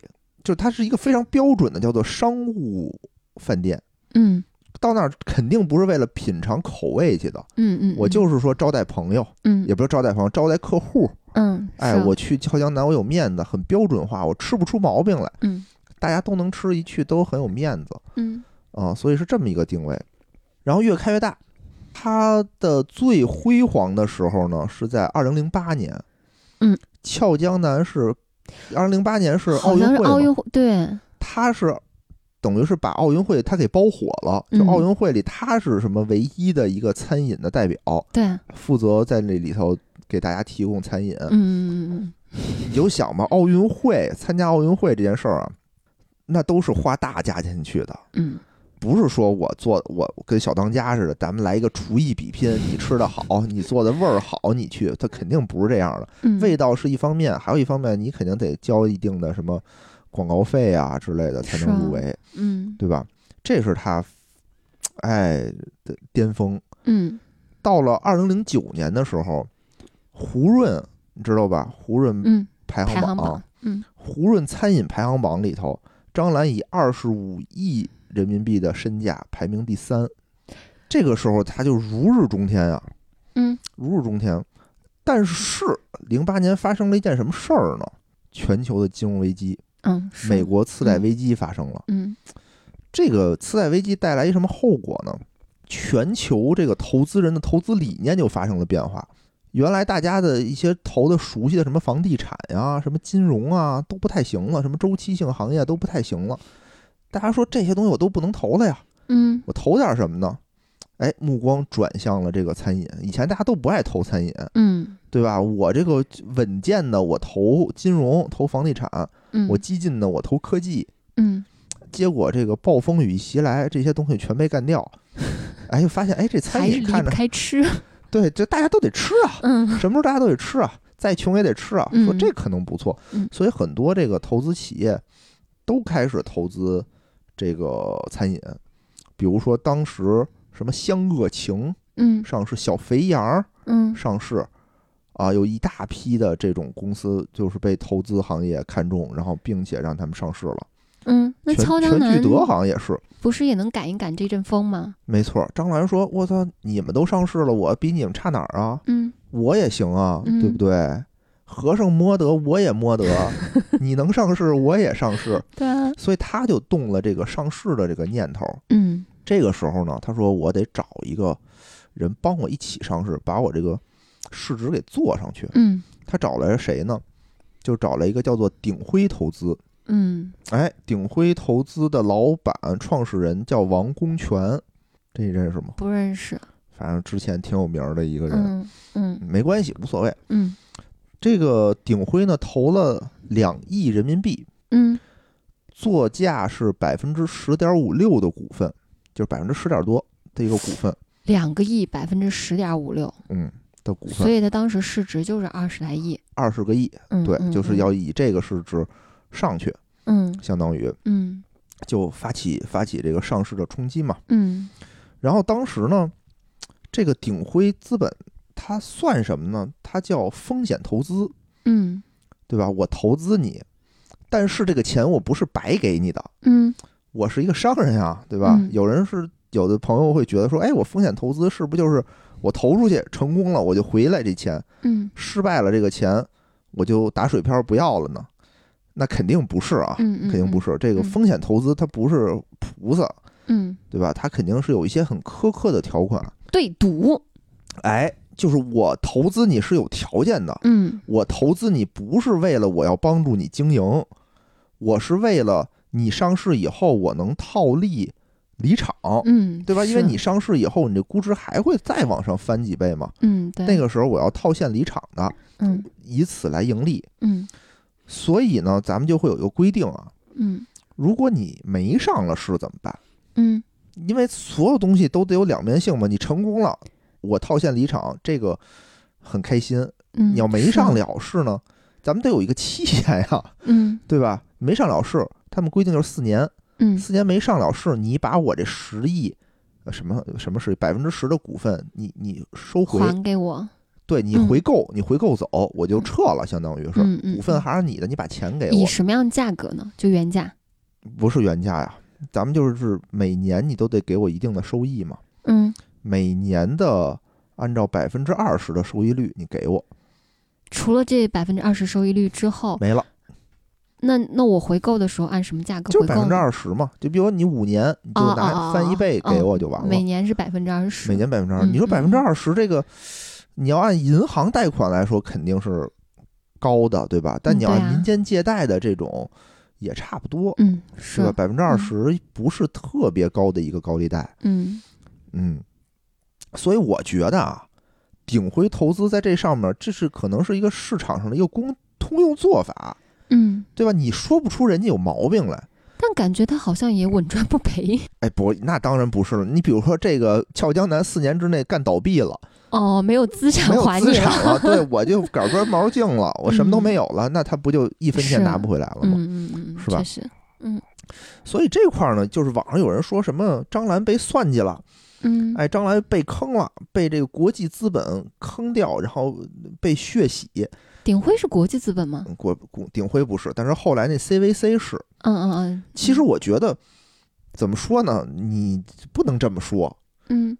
就是它是一个非常标准的叫做商务饭店，
嗯
到那儿肯定不是为了品尝口味去的，
嗯嗯，
我
嗯
就是说招待朋友，
嗯
也不是招待朋友，招待客户。
嗯，
哎，
是
我去俏江南，我有面子，很标准化，我吃不出毛病来，
嗯
大家都能吃，一去都很有面子
嗯
啊，所以是这么一个定位。然后越开越大，它的最辉煌的时候呢是在二零零八年，
嗯，
俏江南是二零零八年是奥
好
运
像是
会
奥
嘛
运会，对，
它是等于是把奥运会它给包火了，就
嗯
奥运会里它是什么唯一的一个餐饮的代表，
对，嗯
负责在那里头给大家提供餐饮。
嗯嗯嗯
你就想吧，奥运会参加奥运会这件事儿啊，那都是花大价钱去的，
嗯
不是说我做我跟小当家似的，咱们来一个厨艺比拼，你吃的 好，你做的味儿好，你去，它肯定不是这样的。
嗯，
味道是一方面，还有一方面你肯定得交一定的什么广告费啊之类的才
是啊
能入围，
嗯
对吧？这是他哎的巅峰。
嗯
到了二零零九年的时候，胡润你知道吧？胡润
嗯，
排
排
行
行
榜啊
榜，，嗯
胡润餐饮排行榜里头，张兰以二十五亿人民币的身价排名第三。这个时候他就如日中天啊，
嗯
如日中天。但是零八年发生了一件什么事儿呢？全球的金融危机，
嗯，是
美国次贷危机发生了。
嗯
这个次贷危机带来一什么后果呢？全球这个投资人的投资理念就发生了变化。原来大家的一些投的熟悉的什么房地产啊、什么金融啊都不太行了，什么周期性行业都不太行了。大家说这些东西我都不能投了呀，
嗯
我投点什么呢？哎，目光转向了这个餐饮。以前大家都不爱投餐饮，
嗯
对吧？我这个稳健的，我投金融、投房地产；
嗯，
我激进的，我投科技。
嗯
结果这个暴风雨袭来，这些东西全被干 掉。哎，就发现哎，这
还
餐
是
饮
离
看
不
着
开吃，
对，这大家都得吃啊，
嗯
什么时候大家都得吃啊，再穷也得吃啊。
嗯
说这可能不错
嗯，
所以很多这个投资企业都开始投资这个餐饮，比如说当时什么湘鄂情
嗯
上市，小肥羊儿
嗯
上市，啊，有一大批的这种公司就是被投资行业看中，然后并且让他们上市了。
嗯，那
全
乔丹
全聚
南
德好像也是，
不是也能赶一赶这阵风吗？
没错。张兰说：“我操，你们都上市了，我比你们差哪儿啊？
嗯
我也行啊，
嗯
对不对？和尚摸得我也摸得，你能上市我也上市，
对啊，
所以他就动了这个上市的这个念头。
嗯
这个时候呢，他说我得找一个人帮我一起上市，把我这个市值给做上去。
嗯
他找来了谁呢？就找了一个叫做鼎晖投资。
嗯
哎，鼎晖投资的老板、创始人叫王功权，这你认识吗？
不认识，
反正之前挺有名儿的一个人，
嗯嗯
没关系，无所谓。
嗯
这个鼎晖呢，投了两亿人民币，
嗯
作价是百分之十点五六的股份，就是百分之十点多的一个股份，
两个亿百分之十点五六，
嗯，的股
所
份
以它当时市值就是二十来亿，
二十个亿，
嗯
对，
嗯
就是要以这个市值上去，
嗯
相当于
嗯
就发起发起这个上市的冲击嘛。
嗯
然后当时呢，这个鼎晖资本它算什么呢？它叫风险投资，
嗯
对吧？我投资你，但是这个钱我不是白给你的，
嗯
我是一个商人呀、对吧？
嗯
有人是有的朋友会觉得说，哎，我风险投资是不是就是我投出去成功了我就回来这钱，
嗯
失败了这个钱我就打水漂不要了呢？那肯定不是啊，
嗯嗯
肯定不是。这个风险投资它不是菩萨，
嗯
对吧？它肯定是有一些很苛刻的条款。
对赌，
哎，就是我投资你是有条件的，
嗯
我投资你不是为了我要帮助你经营，我是为了你上市以后我能套利离场，
嗯
对吧？因为
是
你上市以后，你这估值还会再往上翻几倍嘛。
嗯对
那个时候我要套现离场的，
嗯
以此来盈利。
嗯
所以呢，咱们就会有一个规定啊，
嗯
如果你没上了市怎么办？
嗯
因为所有东西都得有两面性嘛。你成功了，我套现离场，这个很开心。
嗯，
你要没上
是
了市呢，咱们得有一个期限呀、
嗯
对吧？没上了市，他们规定就是四年，
嗯
四年没上了市，你把我这十亿，呃什么什么是百分之十的股份，你你收回，
还给我，
对你
嗯
回购，你回购走，我就撤了，相当于是、
嗯嗯
股份还是你的，你把钱给
以
我，
什么样的价格呢？就原价，
不是原价呀，咱们就是每年你都得给我一定的收益嘛，
嗯，
每年的按照百分之二十的收益率你给我，
除了这百分之二十收益率之后，
没了，
那那我回购的时候按什么价格
就
哦回
百分
购
之
呢？
二十嘛，就比如你五年，你就
哦哦
拿
哦
翻一倍给
哦
我就完了。
每年是百分之二十，
每年百分之二，
嗯
你说百分
嗯
之二十这个，你要按银行贷款来说肯定是高的，对吧？但
嗯
你要
对啊
按民间借贷的这种也差不多，
嗯，
是吧？
是，
百分之二十不是特别高的一个高利贷，
嗯
嗯，所以我觉得啊，鼎晖投资在这上面，这是可能是一个市场上的一个公通用做法，
嗯，
对吧？你说不出人家有毛病来，
但感觉他好像也稳赚不赔。
哎，不，那当然不是了。你比如说这个《俏江南》四年之内干倒闭了，
哦，没有资
没
产
有
还
资
你
产
了。
了， 对我就杆儿根毛儿净了，我什么都没有了，那他不就一分钱
嗯是
拿不回来了吗？
嗯 嗯嗯，
是吧
确实，
所以这块儿呢，就是网上有人说什么张兰被算计了，
嗯，
哎，张兰被坑了，被这个国际资本坑掉，然后被血洗。
鼎晖是国际资本吗？
嗯国国鼎晖不是，但是后来那 CVC 是。
嗯嗯嗯，
其实我觉得，怎么说呢，你不能这么说。
嗯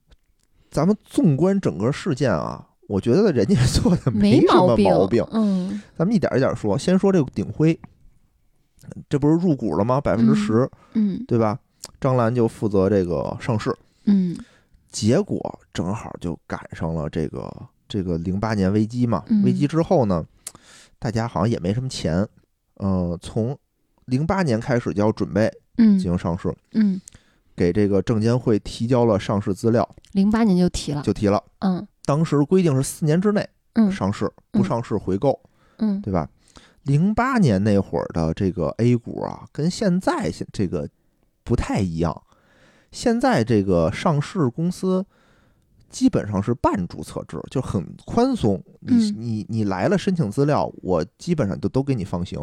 咱们纵观整个事件啊，我觉得人家 做的
没
什么
病，
毛病。
嗯
咱们一点一点说，先说这个鼎晖，这不是入股了吗？百分之十，
嗯
对吧？张兰就负责这个上市，
嗯
结果正好就赶上了这个这个零八年危机嘛
嗯。
危机之后呢，大家好像也没什么钱，呃，从零八年开始就要准备进
嗯
行上市，
嗯，
给这个证监会提交了上市资料，
零八年就提了，
就提了。
嗯
当时规定是四年之内
嗯
上市，
嗯
不上市回购，
嗯
对吧？零八年那会儿的这个 A 股啊，跟现在现这个不太一样。现在这个上市公司基本上是半注册制，就很宽松。你、
嗯
你你来了申请资料，我基本上就都给你放行。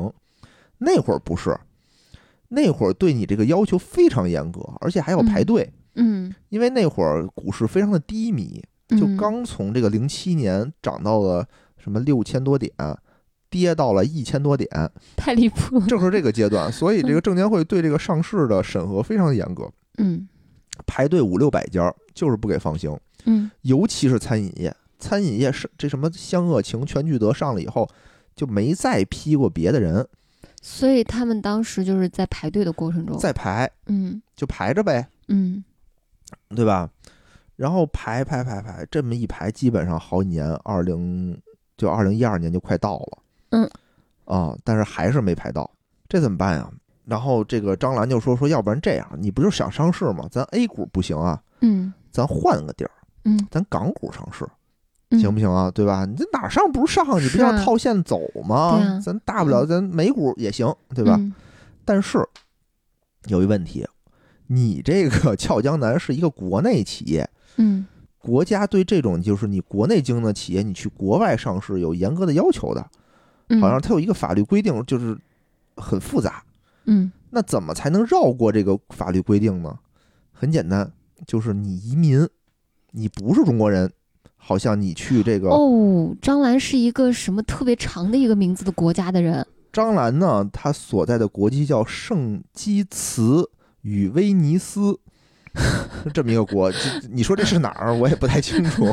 那会儿不是，那会儿对你这个要求非常严格，而且还要排队，
嗯，
因为那会儿股市非常的低迷，就
嗯
刚从这个零七年涨到了什么六千多点，跌到了一千多点，
太离谱了，
正是这个阶段，所以这个证监会对这个上市的审核非常严格，
嗯
排队五六百家，就是不给放行，
嗯
尤其是餐饮业，餐饮业是这什么湘鄂情、全聚德上了以后。就没再批过别的人，
所以他们当时就是在排队的过程中，
再排
嗯
就排着呗，
嗯
对吧？然后排排排排，这么一排，基本上好几年，二零就二零一二年就快到了，
嗯，
啊，但是还是没排到，这怎么办呀？然后这个张兰就说说，要不然这样，你不就想上市吗？咱 A 股不行啊，
嗯
咱换个地儿，
嗯，
咱港股上市
嗯
行不行啊？对吧？你这哪上不上？你不
是啊
要套现走吗？
对啊
咱大不了咱美股也行，对吧？
嗯
但是有一问题，你这个 俏江南是一个国内企业，
嗯
国家对这种就是你国内经营的企业，你去国外上市有严格的要求的，
嗯，
好像它有一个法律规定，就是很复杂。
嗯
那怎么才能绕过这个法律规定呢？很简单，就是你移民，你不是中国人，好像你去这个
哦，张兰是一个什么特别长的一个名字的国家的 人，
张兰呢，她所在的国际叫圣基茨与威尼 斯。这么一个国，这你说这是哪儿？我也不太清 楚，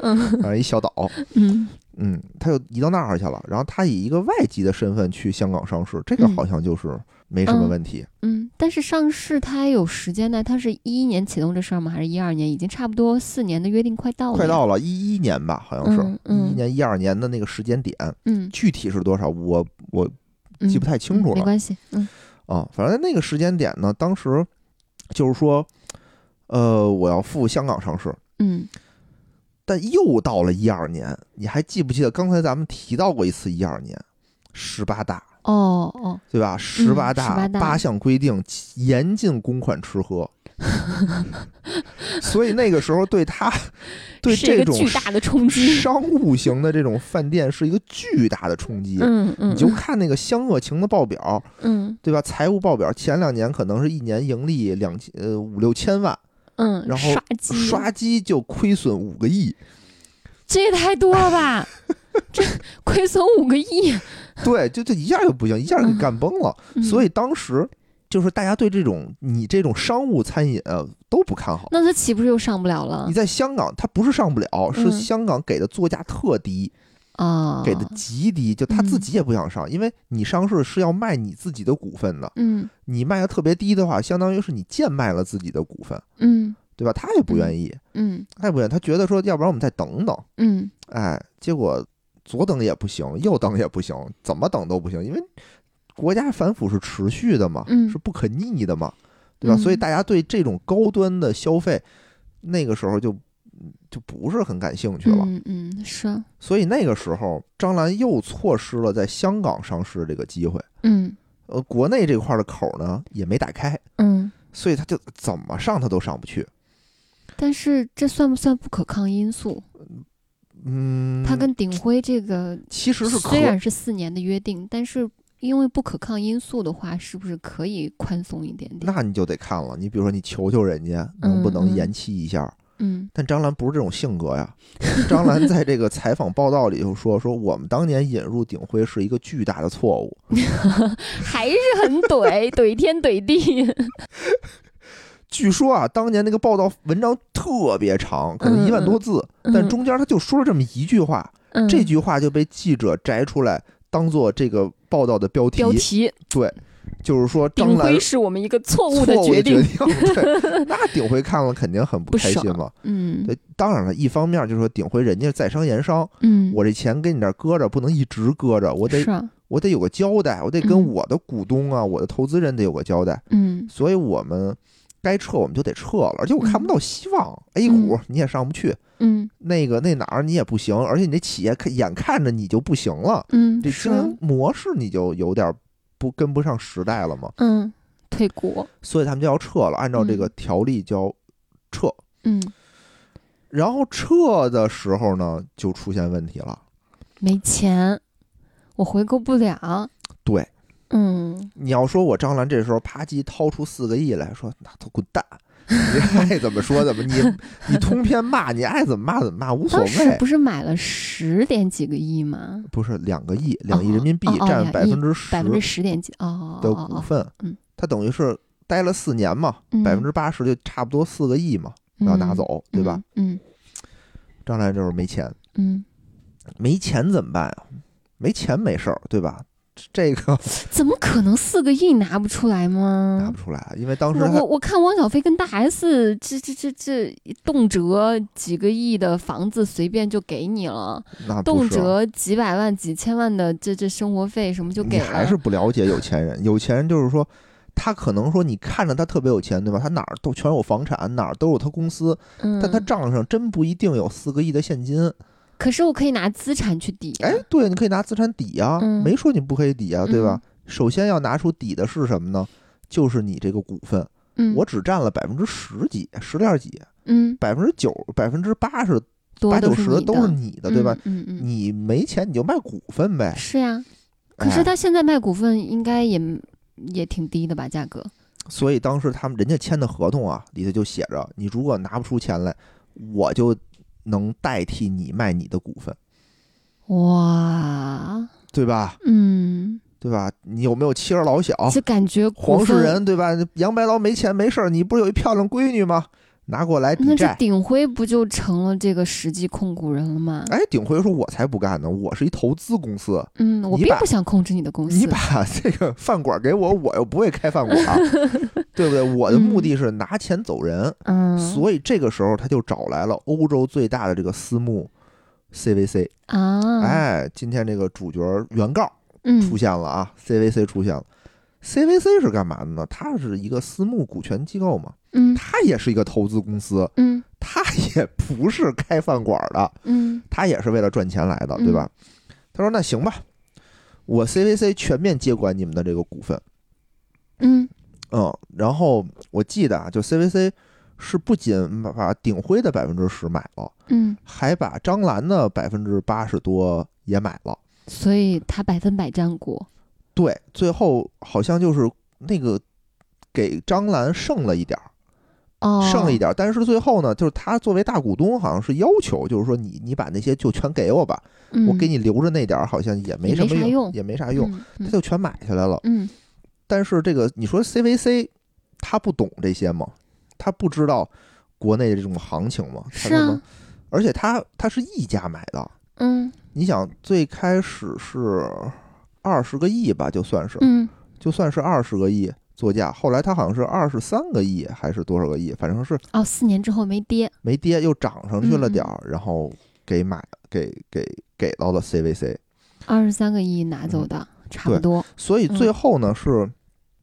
反正一小岛。
嗯
嗯，他就移到那儿去了。然后他以一个外籍的身份去香港上市，这个
嗯
好像就是没什么
嗯
问题。
嗯，但是上市它也有时间的，它是一一年启动这事儿吗？还是一二年？已经差不多四年的约定快到了，
快，到了一一年吧，好像是一
嗯嗯
一、年一二年的那个时间点，
嗯，
具体是多少我我
嗯
记不太清楚
嗯没
了、
关系，嗯
啊。反正那个时间点呢，当时就是说，呃，我要赴香港上市。
嗯
但又到了一二年，你还记不记得刚才咱们提到过一次一二年十八大，
哦哦，
对吧？十八
十八
大
大
八项规定严禁公款吃喝， 所以那个时候对 他对
是一
这
个
种
巨大的冲击，
商务型的这种饭店是一个巨大的冲击。
嗯嗯，
你就看那个湘鄂情的报表，
嗯
对吧？财务报表前两年可能是一年盈利两千呃五六千万，
嗯，
然后
刷机
刷机就亏损五个亿。
这也太多了 吧？这亏损五个亿，
对，就就一下就不行，一下就给干崩了。
嗯
所以当时就是大家对这种你这种商务餐饮、呃都不看好。
那他岂不是又上不了了
你在香港，它不是上不了，是
啊嗯
香港给的座价特低，
啊？嗯
给的极低，就他自己也不想上，因为你上市是要卖你自己的股份的，
嗯
你卖的特别低的话，相当于是你贱卖了自己的股份，
嗯
对吧？他也不愿意，
嗯
他也不愿意，他觉得说，要不然我们再等等，
嗯
哎，结果左等也不行，右等也不行，怎么等都不行，因为国家反腐是持续的嘛，
嗯
是不可逆的嘛，对吧？
嗯
所以大家对这种高端的消费，那个时候就就不是很感兴趣了。
嗯嗯是啊，
所以那个时候，张兰又错失了在香港上市这个机会。
嗯
呃，国内这块儿的口儿呢也没打开，
嗯，
所以他就怎么上他都上不去。
但是这算不算不可抗因素？
嗯，
它跟鼎晖这个
其实是可
虽然是四年的约定，但是因为不可抗因素的话，是不是可以宽松一点点？
那你就得看了。你比如说，你求求人家能不能
嗯嗯
延期一下？
嗯
但张兰不是这种性格呀。 张兰在这个采访报道里就说：“说我们当年引入鼎晖是一个巨大的错误，
还是很怼，怼天怼地。
据说啊，当年那个报道文章特别长，可能一万多字，但中间他就说了这么一句话，
嗯
这句话就被记者摘出来当做这个报道的标题。
标题
对，就是说张
鼎
兰
晖是我们一个错
错误
误
的
的决定。
定。对，那鼎晖看了肯定很不
不
开
爽
心嘛。
嗯
对，当然了，一方面就是说鼎晖人家在商言商，
嗯，
我这钱给你这儿搁着，不能一直搁着，我得
是啊，
我得有个交代，我得跟
嗯
我的股东啊，我的投资人得有个交代。
嗯
所以我们该撤我们就得撤了，而且我看不到希望。A 股你也上不去，
嗯
那个那哪儿你也不行，而且你这企业看眼看着你就不行了，
嗯，
这
是
经
啊
营模式你就有点不跟不上时代了嘛，
嗯退股
所以他们就要撤了，按照这个
嗯
条例就要撤。
嗯
然后撤的时候呢，就出现问题了。
没钱，我回购不了。
对，
嗯，
你要说我张兰这时候啪叽掏出四个亿来说，那都滚蛋，你爱怎么说怎 么，你你通篇骂，你爱怎么骂怎么骂无所
当时
谓。
不是买了十点几个亿吗？
不是两个亿，两亿人民币
哦哦
占百
两亿
分之十
百分之十点几哦
的
哦
股
哦，
份
嗯，
他等于是待了四年嘛，
嗯
百分之八十就差不多四个亿嘛，
嗯
要拿走，对吧？？
嗯
张兰这会儿没钱，
嗯，
没钱怎么办啊？没钱没事儿，对吧？这个
嗯怎么可能四个亿拿不出来
拿
吗
不？出来，啊因为当时
我
他
我我看汪小菲跟大 S 这这这这动辄几个亿的房子随便就给你了，
那不
动
是啊
辄几百万几千万的这这生活费什么就
你
给了，
还是不了解有钱人。有钱人就是说，他可能说你看着他特别有钱，对吧？他哪儿都全有房产，哪儿都有他公司，
嗯，
但他账上真不一定有四个亿的现金。
可是我可以拿资产去抵啊押，
哎，对，你可以拿资产抵呀，
嗯
没说你不可以抵呀，对吧？首先要拿出抵的是什么呢？就是你这个股份，
嗯，
我只占了百分之十几、十点几，
嗯，
百分之九、百分之八十、
多
八
都
九
是
十
你
都是你的，对吧？？
嗯嗯嗯，
你没钱你就卖股份呗。
是呀。可是
哎
他现在卖股份应该也也挺低的吧？价格？
所以当时他们人家签的合同啊，里头就写着，你如果拿不出钱来，我就能代替你卖你的股份，
哇，
对吧？
嗯，
对吧？你有没有妻儿老小？
这感觉股
啊黄世
份，
仁对吧？杨白劳没钱没事儿，你不是有一漂亮闺女吗？拿过来抵
那这
债。
鼎晖不就成了这个实际控股人了吗？
哎，鼎晖说：“我才不干呢，我是一投资公司，
嗯，我
你
并
把
不想控制你的公司。
你 把这个饭馆给我，我又不会开饭馆，啊对不对？我的目的是拿钱走人。
嗯，
所以这个时候他就找来了欧洲最大的这个私募 CVC，
啊，，
哎，今天这个主角原告
嗯，
出现了啊、c v c 出现了。CVC 是干嘛的呢？它是一个私募股权机构嘛，
嗯
它也是一个投资公司，
嗯
它也不是开饭馆的，
嗯
它也是为了赚钱来的，
嗯
对吧？他说：“那行吧，我 CVC 全面接管你们的这个股份，
嗯
嗯，然后我记得啊，就 CVC 是不仅把把鼎晖的百分之十买了，
嗯，
还把张兰的百分之八十多也买了。”
所以他百分百占股。
对，最后好像就是那个给张兰剩了一点儿，
哦，
剩了一点儿。但是最后呢，就是他作为大股东，好像是要求，就是说你你把那些就全给我吧，
嗯，
我给你留着那点儿，好像也没
也
什
没
么
啥
用，
用
也没啥
嗯
用，他
嗯
就全买下来了。
嗯
但是这个你说 CVC 他不懂这些吗？他不知道国内的这种行情吗？他
是
怎么
啊，
而且他他是溢价买的，
嗯
你想最开始是二十个亿吧，就算是，
嗯
就算是二十个亿作价，后来它好像是二十三个亿还是多少个亿，反正是
哦，四年之后没跌，
没跌，又涨上去了
嗯嗯
点儿，然后给买给给给到了 CVC，
二十三个亿拿走的，
嗯
差不
对
多。
所以最后呢、是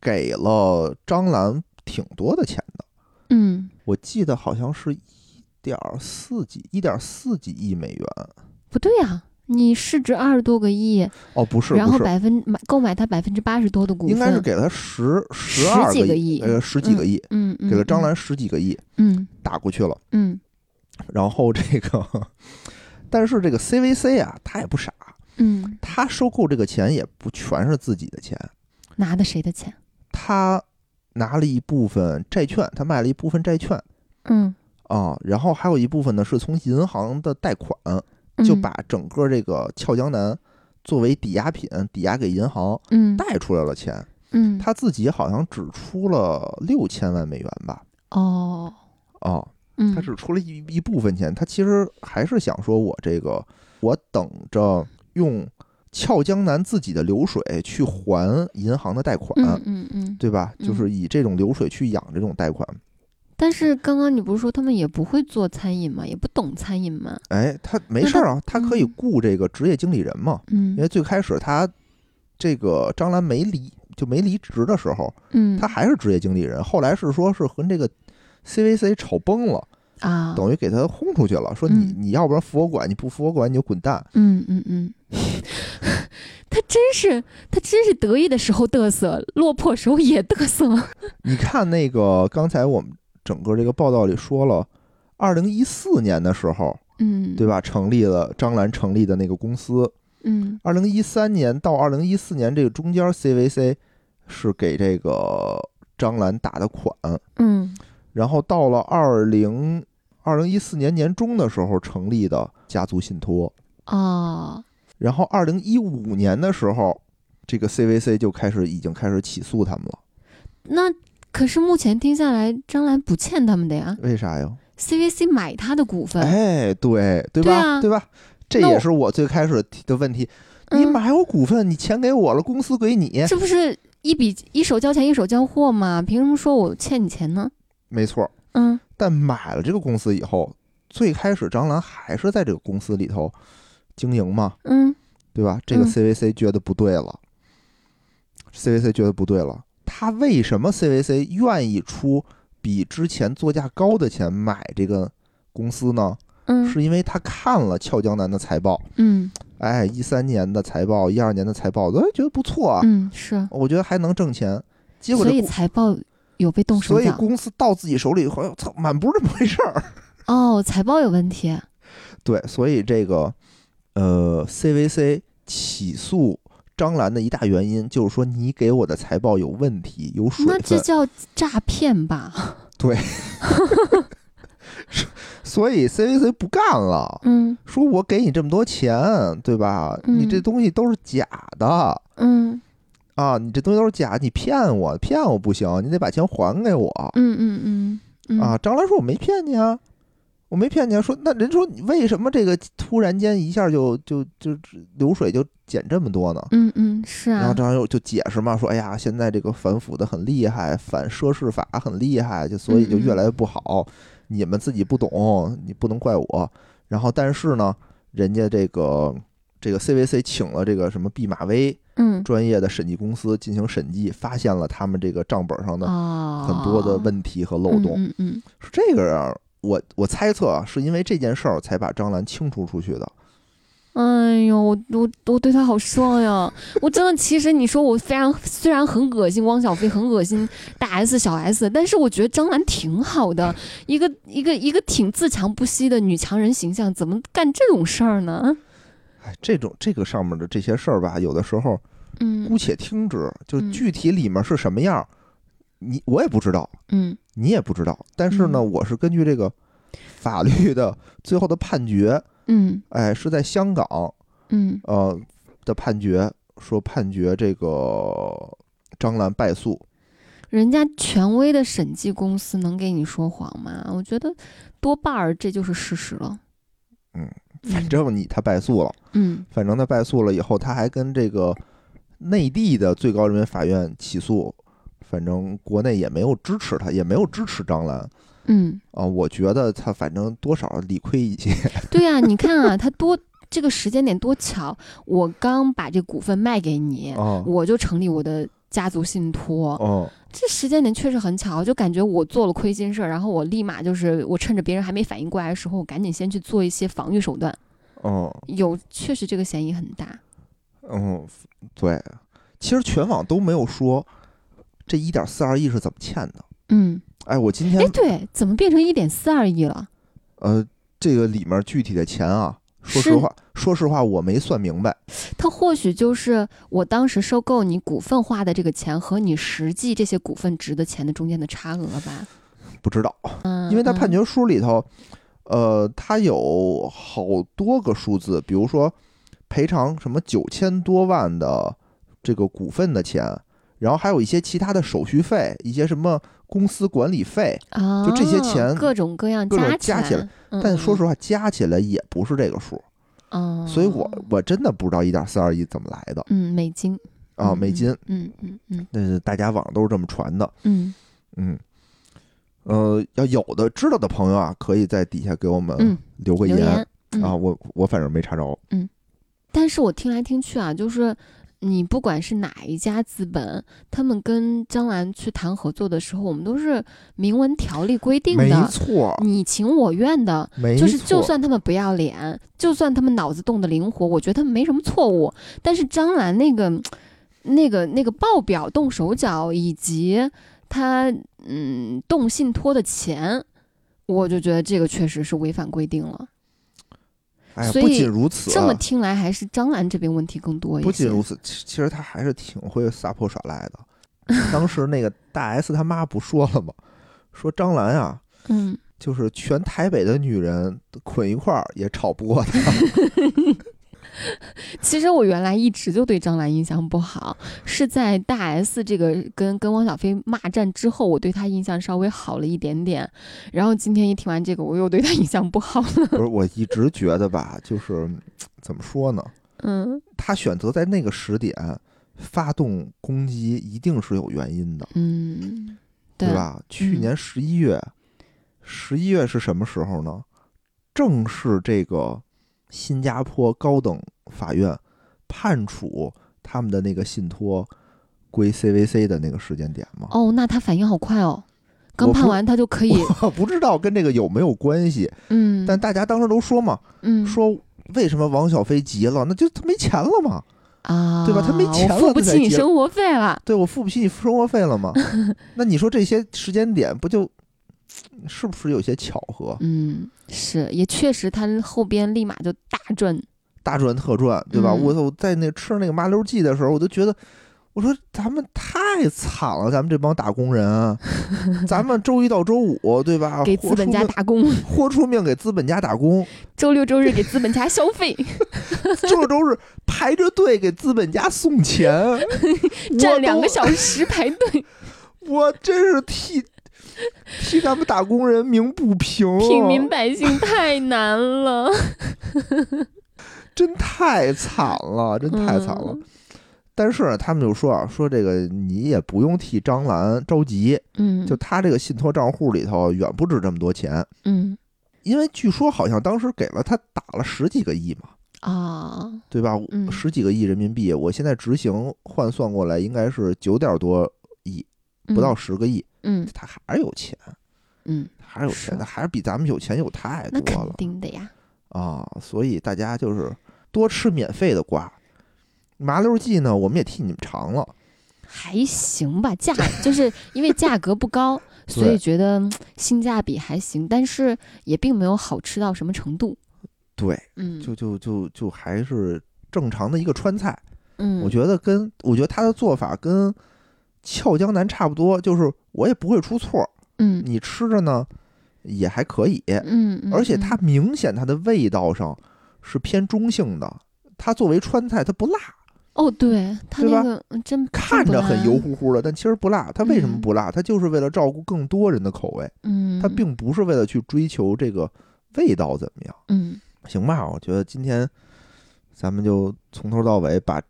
给了张兰挺多的钱的，
嗯，
我记得好像是一点四几一点四几亿美元，
不对呀、啊你市值二十多个亿，
哦，不是，
然
不
后
是，
百分买购买他百分之八十多的股份，
应该是给了他十十二
十几
个
个亿
呃，十几个亿，
嗯嗯，
给了张
嗯
兰十几个亿
嗯
打过去了。
嗯
然后这个，但是这个 CVC 啊，他也不傻，
嗯，
他收购这个钱也不全是自己的钱，
拿的谁的钱？
他拿了一部分债券，他卖了一部分债券
嗯，
啊，然后还有一部分呢是从银行的贷款，
嗯
就把整个这个俏江南作为抵押品抵押给银行，
嗯
贷出来了钱，
嗯
他自己好像只出了六千万美元吧。
哦
啊，
嗯，
他只出了一一部分钱，他其实还是想说，我这个我等着用俏江南自己的流水去还银行的贷款，
嗯嗯嗯，
对吧？
嗯
就是以这种流水去养这种贷款。
但是刚刚你不是说他们也不会做餐饮吗？也不懂餐饮吗？
哎，他没事儿啊，他可以雇这个职业经理人嘛，
嗯
因为最开始他这个张兰没离就没离职的时候，
嗯，
他还是职业经理人，后来是说是和这个 CVC 吵崩了，
啊，
等于给他轰出去了，说你
嗯
你要不然服我管，你不服我管你就滚蛋。
嗯嗯嗯， 他真是他真是得意的时候嘚瑟，落魄时候也嘚瑟。
你看那个刚才我们整个这个报道里说了，二零一四年的时候，
嗯，
对吧？成立了张兰成立的那个公司，
嗯
二零一三年到二零一四年这个中间，CVC 是给这个张兰打的款，
嗯
然后到了二零二零一四年年中的时候成立的家族信托，
哦，
然后二零一五年的时候，这个 CVC 就开始已经开始起诉他们了，
那可是目前听下来，张兰不欠他们的呀
为啥呀？
，CVC 买他的股份，
哎，对对
对
吧？
啊
吧？这
那
也
我
是我最开始提的问题。
嗯
你买我股份，你钱给我了，公司归你，
这不是一笔一手交钱一手交货吗？凭什么说我欠你钱呢？
没错。
嗯
但买了这个公司以后，最开始张兰还是在这个公司里头经营嘛，
嗯
对吧？这个
嗯
CVC 觉得不对了、c v c 觉得不对了。他为什么 CVC 愿意出比之前作价高的钱买这个公司呢？
嗯
是因为他看了俏江南的财报，
嗯
哎，一三年的财报，一二年的财报，我觉得不错啊，
嗯是，
我觉得还能挣钱。结果
所
这
以
公
财报有被动手
所以
脚
公司到自己手里以后，操，满不是这么回事儿。
哦，财报有问题，
对，所以这个呃，CVC 起诉张兰的一大原因就是说你给我的财报有问题，有水
那这
分。
叫诈骗吧？
所以 CVC 不干了，
嗯
说我给你这么多钱，对吧？你这
嗯
东西都是假的。
嗯
啊，你这东西都是假，你骗我，骗我不行，你得把钱还给我。
嗯嗯嗯嗯
啊，张兰说我没骗你啊，我没骗你啊。说那人说你为什么这个突然间一下就就就就流水就减这么多呢？
嗯嗯是
然后
啊，
张兰又就解释嘛，说哎呀，现在这个反腐的很厉害，反奢侈法很厉害，就所以
嗯
就越来越不好。你们自己不懂，你不能怪我。然后但是呢，人家这个这个 CVC 请了这个什么毕马威
嗯
专业的审计公司进行审计，发现了他们这个账本上的
哦，
很多的问题和漏洞。
嗯嗯嗯
是这个啊，我我猜测啊，是因为这件事儿才把张兰清除出去的。
哎呦，我我我对他好失望呀！我真的，其实你说我非常虽然很恶心，汪小菲很恶心，大 S 小 S，但是我觉得张兰挺好的，一个一个一个挺自强不息的女强人形象，怎么干这种事儿呢？
哎，这种这个上面的这些事儿吧，有的时候
嗯
姑且听之，就
嗯
具体里面是什么样儿，你我也不知道，
嗯
你也不知道。但是呢，
嗯
我是根据这个法律的最后的判决，
嗯
哎，是在香港
嗯
呃的判决，说判决这个张兰败诉。
人家权威的审计公司能给你说谎吗？我觉得多半儿这就是事实了。
嗯
嗯，
反正你他败诉了，
嗯
反正他败诉了以后，他还跟这个内地的最高人民法院起诉，反正国内也没有支持他，也没有支持张兰
嗯，
啊。我觉得他反正多少理亏一 些。
对呀、你看啊，他多这个时间点多巧，我刚把这股份卖给你，
哦
我就成立我的家族信托。
哦，
这时间点确实很巧，就感觉我做了亏心事儿，然后我立马就是我趁着别人还没反应过来的时候，我赶紧先去做一些防御手段。
嗯嗯
有确实这个嫌疑很大。
嗯，对，其实全网都没有说这一点四二亿是怎么欠的。
嗯，
哎，我今
哎，
天
对，怎么变成一点四二亿了？
呃，这个里面具体的钱啊，说
是
实话，说实话我没算明白。
它或许就是我当时收购你股份花的这个钱和你实际这些股份值的钱的中间的差额吧。
不知道，
嗯，
因为他判
嗯
决书里头，呃，他有好多个数字，比如说赔偿什么九千多万的这个股份的钱，然后还有一些其他的手续费，一些什么公司管理费，
啊，
就这些钱
各种各样
各种
起
加起来，
嗯
但说实话加起来也不是这个数，
嗯，嗯
所以我我真的不知道一点四二亿怎么来的
嗯美金
啊，
嗯
美金，
嗯嗯嗯
那是大家网上都是这么传的，
嗯
嗯。呃，要有的知道的朋友啊，可以在底下给我
嗯
们留个
嗯，留言嗯
啊，我我反正没查着。
但是我听来听去啊，就是你不管是哪一家资本，他们跟江兰去谈合作的时候，我们都是明文条例规定
没
的，
错，
你情我愿的。
没错，
就是，就算他们不要脸，就算他们脑子动得灵活，我觉得他们没什么错误。但是张兰那个、那个、那个报表动手脚，以及他嗯动信托的钱，我就觉得这个确实是违反规定了。
哎呀，
所
不
以
仅如此、
这么
啊，
听来，还是张兰这边问题更多一些。
不仅如此，其其实他还是挺会撒泼耍赖的。 当时那个大 S 他妈不说了吗？说张兰啊，
嗯，
就是全台北的女人捆一块儿也吵不过他。
其实我原来一直就对张兰印象不好，是在大 S 这个跟跟汪小菲骂战之后，我对她印象稍微好了一点点。然后今天一听完这个，我又对她印象不好了。
不是，我一直觉得吧，就是怎么说呢？
嗯
他选择在那个时点发动攻击，一定是有原因的，
嗯，
对
对？
吧？去
嗯
年十一月，十一、月是什么时候呢？正是这个新加坡高等法院判处他们的那个信托归 CVC 的那个时间点吗？
哦，那她反应好快哦，刚
我
判
不
完她就可以，
我不知道跟这个有没有关系，
嗯，
但大家当时都说嘛，
嗯
说为什么王小飞急了？那就他没钱了嘛，
啊，
对吧她没钱
我
了
付不
她才
起你
结
生活费了。
对我付不起你生活费了 嘛？那你说这些时间点不就是不是有些巧合，
嗯，是，也确实，她后边立马就大赚。
大赚特赚，对吧？
嗯
我我在那吃那个麻溜鸡的时候，我就觉得，我说咱们太惨了，咱们这帮打工 人，啊咱们周一到周五，对吧？
给
豁
资本
出
家
命
打工，
豁出命给资本家打工，
周六周日给资本家消 费，
周六周日排着队给资本家送钱，
站两个
时，
小时排队。
我真是替替咱们打工人鸣不平啊，
平民百姓太难了，
真太惨了，真太惨
嗯
了。但是呢，他们就说啊，说这个你也不用替张兰着急，
嗯，
就他这个信托账户里头远不止这么多钱，
嗯
因为据说好像当时给了他打了十几个亿嘛，
啊，
对吧？
嗯
十几个亿人民币，我现在执行换算过来应该是九点多，不到十个亿，
嗯
他还是有钱，
嗯，
他还是有
是
钱，他还是比咱们有钱有太
那
多
肯
了
定的呀，
啊！所以大家就是多吃免费的瓜，麻溜剂呢，我们也替你们尝了。
还行吧，价就是因为价格不高，所以
对
觉得嗯性价比还行，但是也并没有好吃到什么程度。
对，
嗯，
就就就就还是正常的一个川菜。
嗯，
我觉得跟我觉得他的做法跟俏江南差不多，就是我也不会出错，
嗯
你吃着呢也还可以，
嗯，嗯
而且它
嗯
明显它的味道上是偏中性的。它作为川菜，它不辣，
哦，对他
对
那
吧
个嗯真
看着很油，乎乎的，但其实不辣。它为什么
嗯
不辣？它就是为了照顾更多人的口味，
真不辣嗯，
它并不是为了去追求这个味道怎么样，
嗯
行吧？我觉得今天咱们就从头到尾把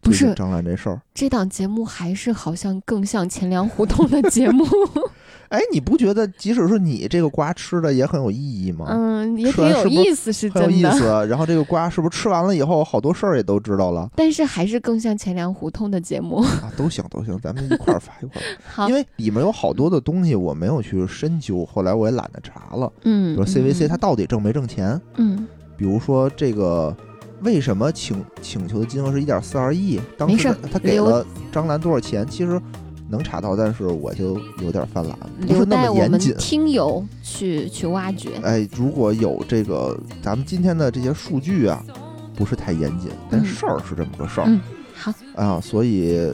不
最近
是
张兰这事儿，
这档节目还是好像更像钱粮胡同的 节目。
哎，你不觉得即使是你这个瓜吃的也很有意义吗？
嗯，也
吃
挺
完
有
是不是
意思，是
很有
真
意
的。
思。啊然后这个瓜是不是吃完了以后，好多事儿也都知道 了
但是还是更像钱粮胡同的 节目。
啊？都行都行，咱们一块儿发一块儿
好
发，因，为里面有好多的东西我没有去深究，后来我也懒得查了，比
嗯，
如
嗯
CVC 它，到底挣没挣钱，
嗯
比如说这个为什么请请求的金额是一点四二亿，当
没事
时
儿
他他给
留
了张兰多少钱，其实能查到，但是我就有点犯懒，不
留
是那
待
么
我
严
们
谨。
听友去去挖掘。
哎，如果有这个咱们今天的这些数据啊，不是太严谨，但
嗯
事儿是这么个事儿、
嗯，好，
啊，所以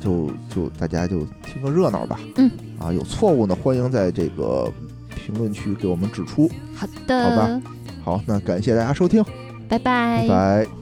就就大家就听个热闹吧。
嗯，
啊，有错误呢，欢迎在这个评论区给我们指出。
好
好
的
吧，好，那感谢大家收听，
拜
拜拜